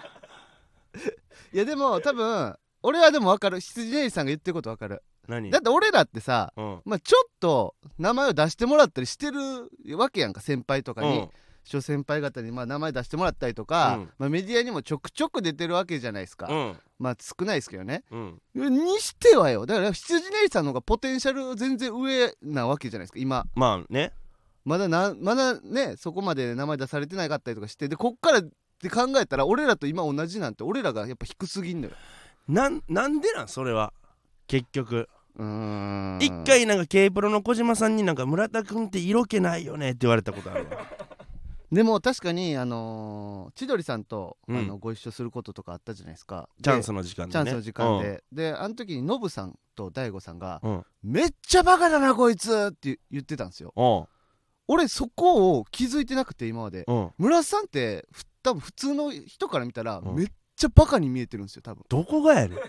Speaker 2: いやでも多分俺はでも分かる羊ネイリさんが言ってること分かる
Speaker 1: 何
Speaker 2: だって俺らってさ
Speaker 1: うん
Speaker 2: まあちょっと名前を出してもらったりしてるわけやんか先輩とか
Speaker 1: う
Speaker 2: に、
Speaker 1: ん
Speaker 2: 諸先輩方にまあ名前出してもらったりとか、
Speaker 1: うん
Speaker 2: まあ、メディアにもちょくちょく出てるわけじゃないですか、
Speaker 1: うん
Speaker 2: まあ少ないですけどね
Speaker 1: うん
Speaker 2: にしてはよだから羊ねりさんの方がポテンシャル全然上なわけじゃないですか今
Speaker 1: まあね
Speaker 2: まだなまだねそこまで名前出されてなかったりとかしてでこっからって考えたら俺らと今同じなんて俺らがやっぱ低すぎんのよ
Speaker 1: なんなんでなんそれは結局
Speaker 2: うーん
Speaker 1: 一回なんか K プロの小島さんになんか村田君って色気ないよねって言われたことあるわ
Speaker 2: でも確かにあのー千鳥さんと、
Speaker 1: うん
Speaker 2: あのご一緒することとかあったじゃないですか
Speaker 1: チャンスの
Speaker 2: の、
Speaker 1: 時間でね
Speaker 2: チャンスの時間で、であの時にノブさんと大悟さんが、
Speaker 1: うんうん
Speaker 2: めっちゃバカだなこいつって言ってたんですよ
Speaker 1: うん
Speaker 2: 俺そこを気づいてなくて今まで
Speaker 1: うん
Speaker 2: 村瀬さんってふ多分普通の人から見たら
Speaker 1: うん
Speaker 2: めっちゃバカに見えてるんですよ多分
Speaker 1: どこがやねん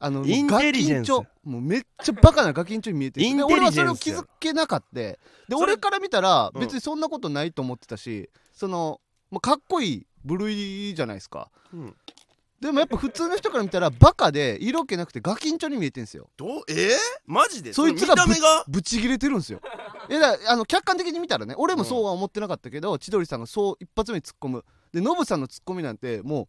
Speaker 2: あの
Speaker 1: インテリジェンス
Speaker 2: ガキンチョもうめっちゃバカなガキンチョに見えてる
Speaker 1: イ
Speaker 2: ん
Speaker 1: ン
Speaker 2: です
Speaker 1: テ
Speaker 2: よ
Speaker 1: リ
Speaker 2: で
Speaker 1: ジェンス
Speaker 2: 俺はそれを気づけなかったで
Speaker 1: それ
Speaker 2: 俺から見たら
Speaker 1: うん
Speaker 2: 別にそんなことないと思ってたし、そのもうかっこいい部類じゃないですか
Speaker 1: うん
Speaker 2: でもやっぱ普通の人から見たらバカで色気なくてガキンチョに見えてるんですよ
Speaker 1: どうえー、マジで
Speaker 2: そいつが
Speaker 1: の見た目が
Speaker 2: ぶち切れてるんですよ。いやだからあの客観的に見たらね俺もそうは思ってなかったけど、千鳥さんがそう一発目に突っ込むでノブさんの突っ込みなんてもう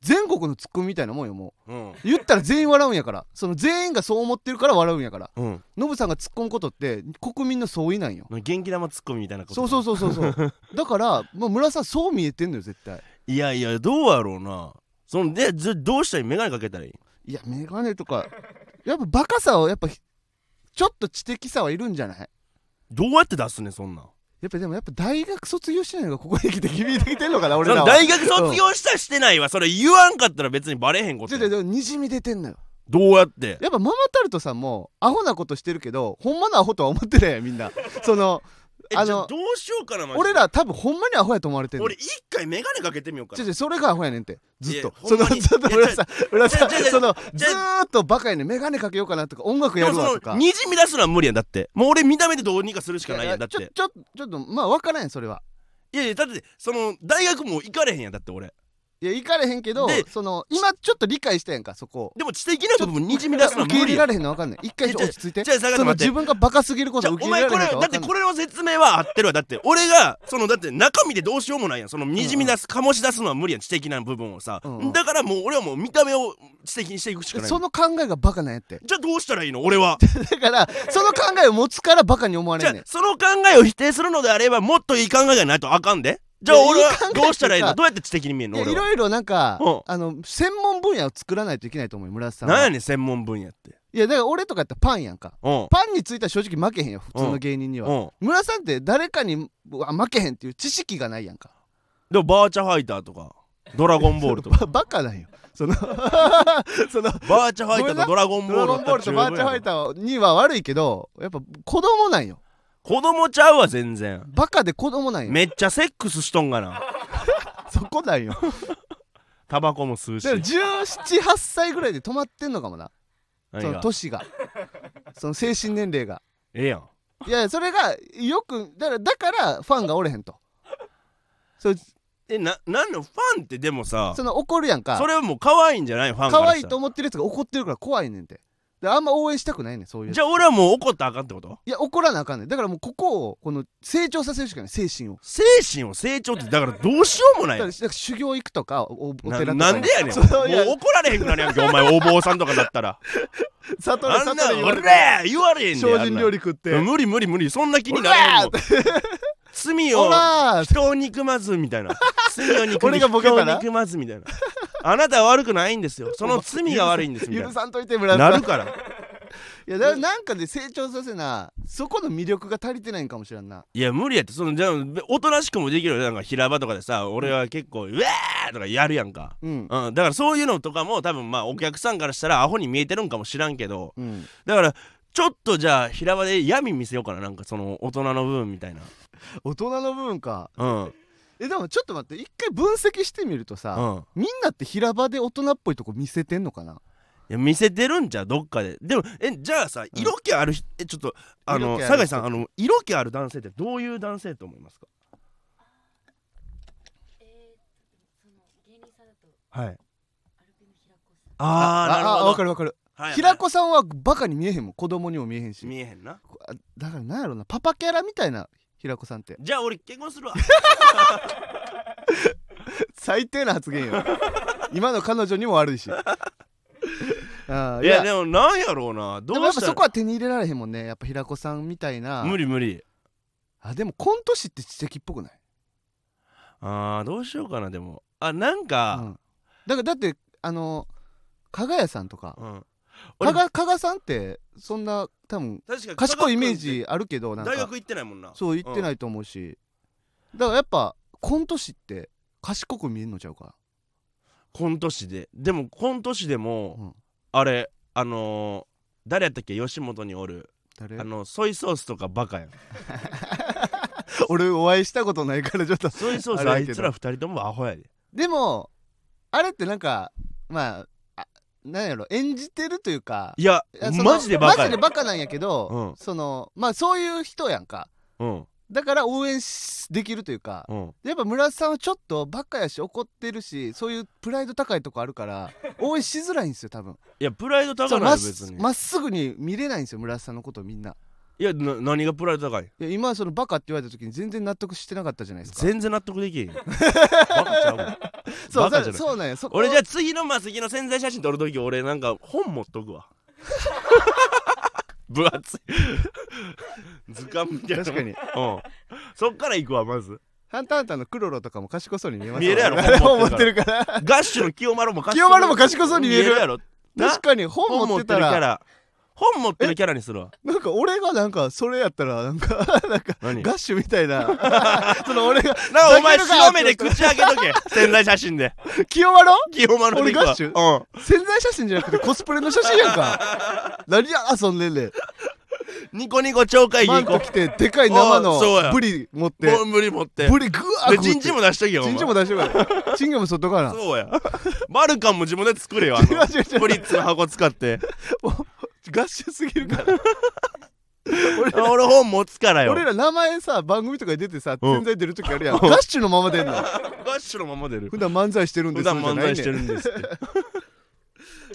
Speaker 2: 全国の突っ込みみたいなもんよも
Speaker 1: うん
Speaker 2: う言ったら全員笑うんやからその全員がそう思ってるから笑うんやから
Speaker 1: うん
Speaker 2: ノブさんが突っ込むことって国民の総意なんよ
Speaker 1: 元気玉ツッコミみたいなこと
Speaker 2: そうそうそうそうそうだから、まあ、村さんそう見えてんのよ絶対
Speaker 1: いやいやどうやろうなそんでずどうしたらいい眼鏡かけたらいい
Speaker 2: いやメガネとかやっぱバカさをやっぱひちょっと知的さはいるんじゃない
Speaker 1: どうやって出すねんそんなん
Speaker 2: やっぱでもやっぱ大学卒業してないのがここに来て響いてきてんのかな俺
Speaker 1: そ
Speaker 2: ら
Speaker 1: の
Speaker 2: は
Speaker 1: 大学卒業したしてないわそれ言わんかったら別にバレへんこと
Speaker 2: ち
Speaker 1: や
Speaker 2: ょちょちょにじみ出てんのよ
Speaker 1: どうやって
Speaker 2: やっぱママタルトさんもアホなことしてるけどほんまのアホとは思ってないよみんなその
Speaker 1: え
Speaker 2: あの
Speaker 1: じゃあどうしようかなマジで
Speaker 2: 俺ら多分ほんまにアホやと思われてる
Speaker 1: 俺一回メガネかけてみようか
Speaker 2: ちょ
Speaker 1: な
Speaker 2: ちょそれがアホやねんってずっ
Speaker 1: いや
Speaker 2: と
Speaker 1: ほ
Speaker 2: そ
Speaker 1: んま
Speaker 2: の
Speaker 1: に
Speaker 2: ちょっと
Speaker 1: いや
Speaker 2: 村さん村さん
Speaker 1: ちょちょ
Speaker 2: その
Speaker 1: ち
Speaker 2: ず
Speaker 1: ょ
Speaker 2: ーっとバカやねん眼鏡かけようかなとか音楽
Speaker 1: で
Speaker 2: や
Speaker 1: も
Speaker 2: る
Speaker 1: そ
Speaker 2: わ
Speaker 1: の
Speaker 2: とか
Speaker 1: にじみ出すのは無理やんだってもう俺見た目でどうにかするしかないやんだっ
Speaker 2: ちょ
Speaker 1: て
Speaker 2: ちょちょっとまあ分からんやんそれはい
Speaker 1: やいやだってその大学も行かれへんやんだって俺
Speaker 2: いや行かれへんけど
Speaker 1: で
Speaker 2: その今ちょっと理解したやんかそこを
Speaker 1: でも知的な部分にじみ出すのは
Speaker 2: 受け
Speaker 1: 無
Speaker 2: 入
Speaker 1: 理
Speaker 2: れ
Speaker 1: や
Speaker 2: ら
Speaker 1: ん
Speaker 2: れへんの分かんない一回ちょっと
Speaker 1: え
Speaker 2: 落ち着いて
Speaker 1: じゃあ下が
Speaker 2: その
Speaker 1: 待っ
Speaker 2: 自
Speaker 1: て
Speaker 2: 分がバカすぎるこ
Speaker 1: じゃあ
Speaker 2: とを受
Speaker 1: お
Speaker 2: け入れ
Speaker 1: 前こ
Speaker 2: られ
Speaker 1: れ
Speaker 2: へんの
Speaker 1: だ
Speaker 2: か
Speaker 1: って
Speaker 2: 分かんない
Speaker 1: これの説明は合ってるわだって俺がそのだって中身でどうしようもないやんそのにじみ出す醸し出すのは無理やん知的な部分をさ
Speaker 2: うんうん
Speaker 1: だからもう俺はもう見た目を知的にしていくしかない
Speaker 2: その考えがバカなんやって
Speaker 1: じゃあどうしたらいいの俺 は
Speaker 2: だからその考えを持つからバカに思わ
Speaker 1: じ
Speaker 2: れ
Speaker 1: ゃ
Speaker 2: ん
Speaker 1: あ
Speaker 2: ねん
Speaker 1: その考えを否定するのであればもっといい考えがないとあかんでじゃあ
Speaker 2: いや
Speaker 1: 俺はい
Speaker 2: い考えっていうか
Speaker 1: どうしたらいいのどうやって知的に見えるの
Speaker 2: いやい
Speaker 1: 俺は
Speaker 2: ろいろなんか、
Speaker 1: うん
Speaker 2: あの専門分野を作らないといけないと思うよ村瀬さんは
Speaker 1: なんやねん専門分野って
Speaker 2: いやだから俺とかやったらパンやんか
Speaker 1: うん
Speaker 2: パンについては正直負けへんよ普通の芸人には、
Speaker 1: うん
Speaker 2: 村瀬さんって誰かにあ負けへんっていう知識がないやんか
Speaker 1: でもバーチャファイターとかドラゴンボールと か
Speaker 2: ばバカなんよその その
Speaker 1: バーチャファイターとドラゴンボ
Speaker 2: ドラ
Speaker 1: ールだっ
Speaker 2: ゴンボ
Speaker 1: た
Speaker 2: ー
Speaker 1: ら
Speaker 2: ル
Speaker 1: 十
Speaker 2: と
Speaker 1: 分
Speaker 2: バ
Speaker 1: やろ
Speaker 2: ーチャファイターには悪いけどやっぱ子供なんよ
Speaker 1: 子供ちゃうわ全然
Speaker 2: バカで子供なんよ
Speaker 1: めっちゃセックスしとんがな
Speaker 2: そこなんよ
Speaker 1: タバコも吸うし
Speaker 2: だから178歳ぐらいで止まってんのかもなそ
Speaker 1: 何
Speaker 2: の
Speaker 1: が
Speaker 2: 年がその精神年齢が
Speaker 1: ええやん
Speaker 2: いやいやそれがよくだからだからファンがおれへんとそう
Speaker 1: えななんのファンってでもさ
Speaker 2: その怒るやんか
Speaker 1: それはもう可愛いんじゃないファンからした
Speaker 2: 可
Speaker 1: ら
Speaker 2: 愛いと思ってるやつが怒ってるから怖いねんてであんま応援したくないねんそういうやつ
Speaker 1: じゃあ俺はもう怒ったらあかんってこと
Speaker 2: いや怒らなあかんねんだからもうここをこの成長させるしかない精神を
Speaker 1: 精神を成長ってだからどうしようもな
Speaker 2: だ
Speaker 1: いや
Speaker 2: から
Speaker 1: ん
Speaker 2: だから修行行くとかおお寺とか
Speaker 1: ななんでやねん
Speaker 2: そういや
Speaker 1: もう怒られへんくなるやんけお前お坊さんとかだったら
Speaker 2: 悟れ
Speaker 1: あんな
Speaker 2: 悟れ言わ
Speaker 1: 俺
Speaker 2: れて
Speaker 1: 言われへんねん
Speaker 2: 精
Speaker 1: あん
Speaker 2: 進
Speaker 1: な
Speaker 2: 料理食って
Speaker 1: 無理無理無理そんな気になれんもん罪
Speaker 2: お
Speaker 1: を
Speaker 2: らー
Speaker 1: 人を憎まずみたいな罪を憎み
Speaker 2: 俺がボケ
Speaker 1: 人
Speaker 2: た
Speaker 1: を
Speaker 2: ら
Speaker 1: 憎まずみたいなあなたは悪くないんですよその罪が悪いんですみた
Speaker 2: 許
Speaker 1: い
Speaker 2: さんといて
Speaker 1: な
Speaker 2: 村
Speaker 1: な
Speaker 2: 田さ
Speaker 1: る
Speaker 2: ん
Speaker 1: から
Speaker 2: いやだからなんかで成長させなそこの魅力が足りてないんかもしれんない
Speaker 1: や無理やってそのじゃあおとなしくもできるよなんか平場とかでさ俺は結構「うわー!」とかやるやんか、
Speaker 2: うん
Speaker 1: うん、だからそういうのとかも多分まあお客さんからしたらアホに見えてるんかもしらんけど
Speaker 2: うん
Speaker 1: だからちょっとじゃあ平場で闇見せようかななんかその大人の部分みたいな
Speaker 2: 大人の部分か
Speaker 1: うんうん
Speaker 2: えでもちょっと待って一回分析してみるとさ、みんなって平場で大人っぽいとこ見せてんのかない
Speaker 1: や見せてるんじゃうどっかででもえじゃあさ色気あるひ、えちょっとあの
Speaker 2: 色気ある人
Speaker 1: 酒井さんあの色気ある男性ってどういう男性と思いますか
Speaker 3: えー、その芸人さんだと
Speaker 1: はい
Speaker 3: アルピの平子さん
Speaker 1: あーなるほ
Speaker 2: あ
Speaker 1: ど
Speaker 2: わかるわかる、
Speaker 1: はいはい
Speaker 2: 平子さんはバカに見えへんもん子供にも見えへんし
Speaker 1: 見えへんな
Speaker 2: あだからなんやろなパパキャラみたいな平子さんって
Speaker 1: じゃあ俺結婚するわ
Speaker 2: 最低な発言よ 今の彼女にも悪い しあー
Speaker 1: いやでもなんやろうなど
Speaker 2: でもや
Speaker 1: う
Speaker 2: っ
Speaker 1: した
Speaker 2: ぱそ
Speaker 1: ら
Speaker 2: こは手に入れられへんもんねやっぱ平子さんみたいな
Speaker 1: 無理無理
Speaker 2: あでもコント師って知的っぽくない、
Speaker 1: あーどうしようかなでもあなん
Speaker 2: う
Speaker 1: か、
Speaker 2: んだからだってあの加賀谷さんとか
Speaker 1: うん
Speaker 2: 加
Speaker 1: 俺
Speaker 2: 賀加賀さんってそんな多分
Speaker 1: 確かに
Speaker 2: 賢いイメージあるけどなん
Speaker 1: 大
Speaker 2: か
Speaker 1: 学行ってないもんな、
Speaker 2: そう言ってないいと思うし、だからやっぱコント師って賢く見えんのちゃうか
Speaker 1: コント師ででもコント師でも、
Speaker 2: うん
Speaker 1: あれあのー誰やったっけ吉本におる
Speaker 2: 誰
Speaker 1: あのソイソースとかバカやん
Speaker 2: 俺お会いしたことないからちょっと
Speaker 1: ソイソース
Speaker 2: あ
Speaker 1: あ
Speaker 2: れや
Speaker 1: い
Speaker 2: けど
Speaker 1: つら二人ともアホやで
Speaker 2: でもあれってなんかまああなんやろ演じてるというか
Speaker 1: いや
Speaker 2: いやその
Speaker 1: マジでバカ
Speaker 2: マ
Speaker 1: や
Speaker 2: ジでバカなんやけど、
Speaker 1: うん
Speaker 2: そのまあそういう人やんか
Speaker 1: うん
Speaker 2: だから応援しできるというか
Speaker 1: うん
Speaker 2: やっぱ村田さんはちょっとバカやし怒ってるしそういうプライド高いとこあるから応援しづらいんです よ多分
Speaker 1: いやプライド
Speaker 2: そ
Speaker 1: 高
Speaker 2: う
Speaker 1: ない
Speaker 2: まっ
Speaker 1: よ
Speaker 2: す
Speaker 1: 別に
Speaker 2: まっすぐに見れないんですよ村田さんのことをみんない
Speaker 1: やな何がプライド高い
Speaker 2: いや今そのバカって言われた時に全然納得してなかったじゃないですか
Speaker 1: 全然納得できへんバカちゃうもん
Speaker 2: そ
Speaker 1: バ
Speaker 2: う
Speaker 1: カじゃない
Speaker 2: そうなんやそこ
Speaker 1: 俺じゃあ次のマスキの宣材写真撮るとき俺なんか本持っとくわ 分厚い図鑑みたいな
Speaker 2: 確かに
Speaker 1: うんそっから行くわまず
Speaker 2: ハンターハンターのクロロとかも賢そうに見えます
Speaker 1: 見えるやろ
Speaker 2: あれ
Speaker 1: 本 持
Speaker 2: 思っ
Speaker 1: ってて
Speaker 2: るから
Speaker 1: ガッシュの清丸も賢い
Speaker 2: 清丸も賢そうに見える
Speaker 1: やろな
Speaker 2: 確かに本
Speaker 1: 本
Speaker 2: 持
Speaker 1: 持
Speaker 2: っ
Speaker 1: ってて
Speaker 2: た
Speaker 1: るからら本持ってるキャラにするわ
Speaker 2: なんか俺がなんかそれやったらなんか なんか
Speaker 1: 何
Speaker 2: ガッシュみた いなその俺が
Speaker 1: なあお前
Speaker 2: だけどか
Speaker 1: 白目で口開けとけ潜在写真で
Speaker 2: 清丸
Speaker 1: 清間の
Speaker 2: 俺
Speaker 1: 肉は
Speaker 2: ガッシュ
Speaker 1: うん
Speaker 2: 潜在写真じゃなくてコスプレの写真やん か何や遊んでんねん
Speaker 1: ニコニコ超会議
Speaker 2: マ
Speaker 1: 行
Speaker 2: ン
Speaker 1: こ
Speaker 2: ト着てでかい生
Speaker 1: あそう
Speaker 2: の
Speaker 1: や
Speaker 2: ブリ持っ
Speaker 1: う
Speaker 2: て
Speaker 1: もう無理持って
Speaker 2: ブリグワー
Speaker 1: で
Speaker 2: 食う
Speaker 1: チ
Speaker 2: て
Speaker 1: ンチンも出しとけよお
Speaker 2: チ
Speaker 1: 前
Speaker 2: ンチンも出してくれチンゲも外から
Speaker 1: そうやバルカンも自分で作れよあの
Speaker 2: 違う違う違う
Speaker 1: プリッツの箱使って
Speaker 2: ガッシュすぎるから俺ら
Speaker 1: 俺本持つからよ
Speaker 2: 俺ら名前さ番組とかに出てさ
Speaker 1: うん
Speaker 2: 潜在出る時あるやん
Speaker 1: うん
Speaker 2: ガッシュのまま出 んの
Speaker 1: ガッシュのまま出る
Speaker 2: 普段漫才してるんで
Speaker 1: 普
Speaker 2: す
Speaker 1: 段漫才してるんですって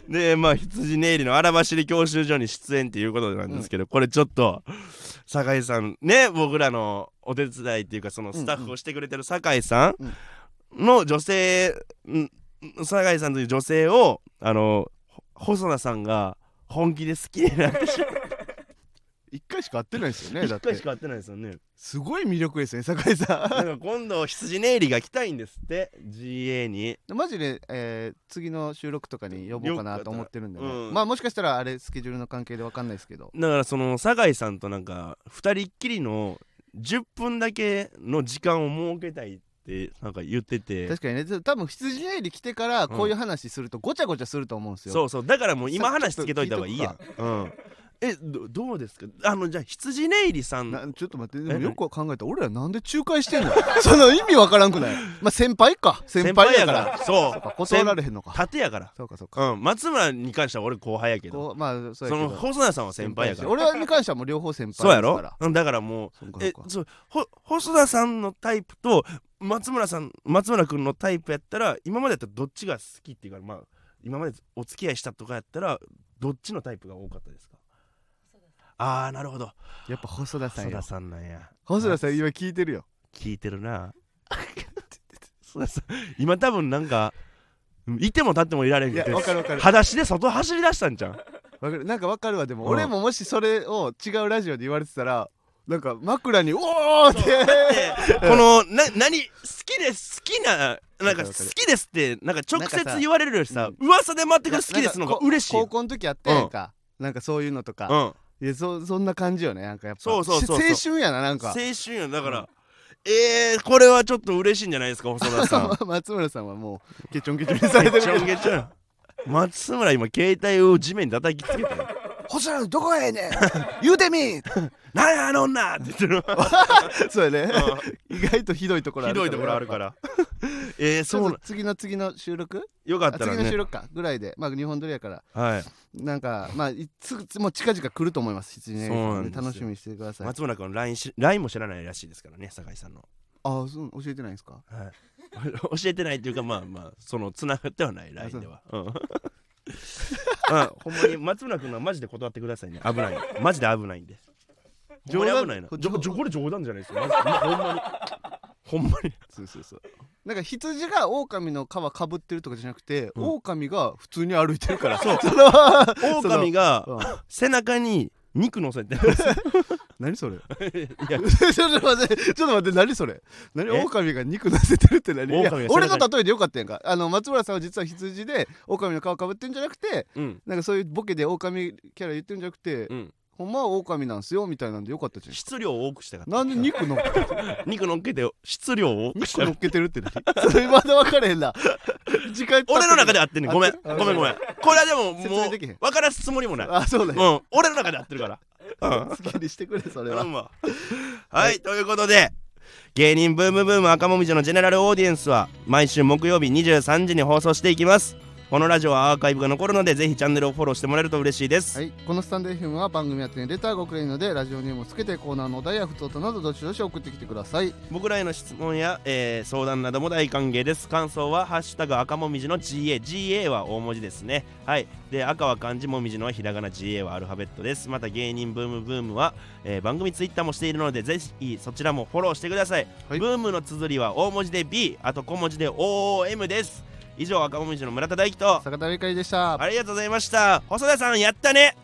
Speaker 1: でまあ羊ネイリの荒走り教習所に出演っていうことなんですけど、これちょっと酒井さんね僕らのお手伝いっていうかそのスタッフをしてくれてる酒井さ
Speaker 2: うん
Speaker 1: んの女性、ん酒井さんという女性をあのほ細田さんが本気で好きになってし
Speaker 2: 一回しか会ってないですよ
Speaker 1: ま
Speaker 2: ね
Speaker 1: う
Speaker 2: だ
Speaker 1: 1
Speaker 2: って
Speaker 1: 回しか会ってないですよね
Speaker 2: すごい魅力ですね酒井
Speaker 1: な
Speaker 2: さ
Speaker 1: んか今度羊ネイリが来たいんですって GA に
Speaker 2: ん マジで、えー次の収録とかに呼ぼうかなと思ってるんでね、
Speaker 1: よかったらうん
Speaker 2: まあもしかしたらあれスケジュールの関係でわかんないですけど
Speaker 1: だからその酒井さんとなんか2人っきりの10分だけの時間を設けたいってなんか言ってて
Speaker 2: 確かにね多分羊ネイリ来てからこういう話するとごちゃごちゃすると思うんですよ、
Speaker 1: そうそうだからもう今
Speaker 2: さ
Speaker 1: 話つけといた方がいいやん、うん、えどどうですかあのじゃあ羊ネイリさん
Speaker 2: なちょっと待ってで
Speaker 1: え
Speaker 2: もよく考えたら俺らなんで仲介してんの その意味わからんくないまあ先輩か先輩やから
Speaker 1: そ
Speaker 2: そうか
Speaker 1: う
Speaker 2: 断られへんのか
Speaker 1: 縦やから
Speaker 2: そうかそうか、
Speaker 1: うん松村に関しては俺後輩やけど
Speaker 2: こうまあそう
Speaker 1: そ
Speaker 2: やけ
Speaker 1: の
Speaker 2: ど
Speaker 1: 細田さんは先輩やから
Speaker 2: 俺はに関してはもう両方先輩です
Speaker 1: そう
Speaker 2: から
Speaker 1: やろうんだからもう
Speaker 2: そうかそ
Speaker 1: え
Speaker 2: うか
Speaker 1: そうほ細田さんのタイプと松村さん松村君のタイプやったら今までやったらどっちが好きっていうかまあ今までお付き合いしたとかやったらどっちのタイプが多かったですか
Speaker 3: 細田さん
Speaker 1: ああなるほど
Speaker 2: やっぱ細田さん
Speaker 1: 細田
Speaker 2: よ
Speaker 1: さんなんや
Speaker 2: 細田さ
Speaker 1: あ
Speaker 2: ん今聞いてるよ
Speaker 1: 聞いてるな細田さん今多分なんかいても立ってもいられん
Speaker 2: い
Speaker 1: く
Speaker 2: や
Speaker 1: て
Speaker 2: わかるわかる
Speaker 1: 裸足で外走り出したんじゃん
Speaker 2: わかるなんかわかるわでも
Speaker 1: うん
Speaker 2: 俺ももしそれを違うラジオで言われてたらなんか枕に「おー!」って
Speaker 1: このな何好きです好きななんか
Speaker 2: わかるわ
Speaker 1: 好
Speaker 2: かる
Speaker 1: きですってなんか直
Speaker 2: なんか
Speaker 1: 接
Speaker 2: さ
Speaker 1: 言われるよりさ
Speaker 2: う
Speaker 1: 噂で待ってくる好きですの
Speaker 2: な
Speaker 1: が
Speaker 2: んかこ
Speaker 1: 嬉しいやん
Speaker 2: 高校の時あったやんかなんかそういうのと
Speaker 1: う
Speaker 2: か
Speaker 1: ん
Speaker 2: いやそそんな感じよねなんかやっぱ
Speaker 1: そうそうそうそう
Speaker 2: し青春やななん
Speaker 1: 青
Speaker 2: か
Speaker 1: 春やんだから、えー、これはちょっと嬉しいんじゃないですか細田さん
Speaker 2: 松村さんはもうケチョンケチョンにされてる
Speaker 1: ち
Speaker 2: け
Speaker 1: ょ
Speaker 2: ど
Speaker 1: んげちょん松村今携帯を地面に叩きつけて
Speaker 2: 「細田どこへねん 言うてみ!」
Speaker 1: 「なんやあの女!」って言って る
Speaker 2: そうやね意外とひどいところあ
Speaker 1: ひ
Speaker 2: る
Speaker 1: どいところあるかららえー、
Speaker 2: ちょ
Speaker 1: そ
Speaker 2: っ
Speaker 1: う
Speaker 2: と次の次の収録
Speaker 1: よかっ
Speaker 2: あ
Speaker 1: たら
Speaker 2: 次の収
Speaker 1: ね
Speaker 2: 録かぐらいでまあ日本撮りやから
Speaker 1: はい
Speaker 2: なんかまあいつもう近々来ると思います羊ね
Speaker 1: そうなんですよ
Speaker 2: 楽しみにしてくださいあ
Speaker 1: 松村君 LINE し LINE も知らないらしいですからね酒井さんの、
Speaker 2: あそう教えてないんですか
Speaker 1: はい、教えてないっていうかまあまあそのつながってはない LINE ではうんあほんまに松村君はマジで断ってくださいね危ないんでマジで危ないんでほんまに危ないな
Speaker 2: 冗談
Speaker 1: じょじょこれ冗談じゃないですよマジでほんまにほんまに
Speaker 2: そうそうそうなんか羊が狼の皮かぶってるとかじゃなくて、
Speaker 1: うん
Speaker 2: 狼が普通に歩いてるから
Speaker 1: そう
Speaker 2: その
Speaker 1: 狼が
Speaker 2: うん
Speaker 1: 背中に肉乗せてい
Speaker 2: 何そ れ
Speaker 1: や
Speaker 2: ちょっと待ってちょっと待って何それ何
Speaker 1: え
Speaker 2: 狼が肉乗せてるって何い
Speaker 1: 狼が
Speaker 2: や
Speaker 1: 背中に
Speaker 2: 俺の例えでよかったやんかあの松村さんは実は羊で狼の皮かぶってるんじゃなくて
Speaker 1: うん
Speaker 2: なんかそういうボケで狼キャラ言ってるんじゃなくて、
Speaker 1: うん
Speaker 2: ほんまは狼なんすよみたいなんでよかったじゃん
Speaker 1: 質量を多くしたかった
Speaker 2: なんで肉乗っけて
Speaker 1: 肉乗っけて質量を多くし
Speaker 2: 肉
Speaker 1: た
Speaker 2: 乗
Speaker 1: かっ
Speaker 2: っけてるって何 それまだ分かれへんな時間
Speaker 1: た俺の中で合ってんねんごめん
Speaker 2: 合って
Speaker 1: ご
Speaker 2: る
Speaker 1: めんごめんこれはでも
Speaker 2: 説
Speaker 1: も
Speaker 2: 明できへん
Speaker 1: う分からすつもりもない
Speaker 2: あそうだ
Speaker 1: う
Speaker 2: よ、
Speaker 1: ん俺の中で合ってるからうん
Speaker 2: 好きにしてくれそれ
Speaker 1: 頼
Speaker 2: は
Speaker 1: むわはいということで芸人ブームブーム赤もみじのジェネラルオーディエンスは毎週木曜日23時に放送していきますこのラジオはアーカイブが残るのでぜひチャンネルをフォローしてもらえると嬉しいです、
Speaker 2: はい、このスタンド FM は番組宛てにレターが送れるのでラジオネームをつけてコーナーのお題や普通となどどしどし送ってきてください
Speaker 1: 僕らへの質問や、えー相談なども大歓迎です感想は「ハッシュタグ赤もみじの GAGA」GA は大文字ですねはいで赤は漢字もみじのはひらがな GA はアルファベットですまた芸人ブームブームは、えー番組ツイッターもしているのでぜひそちらもフォローしてください、
Speaker 2: はい
Speaker 1: ブームの綴りは大文字で B あと小文字で OOM です以上赤もみじの村田大樹と
Speaker 2: 坂田理香里でした
Speaker 1: ありがとうございました細田さんやったね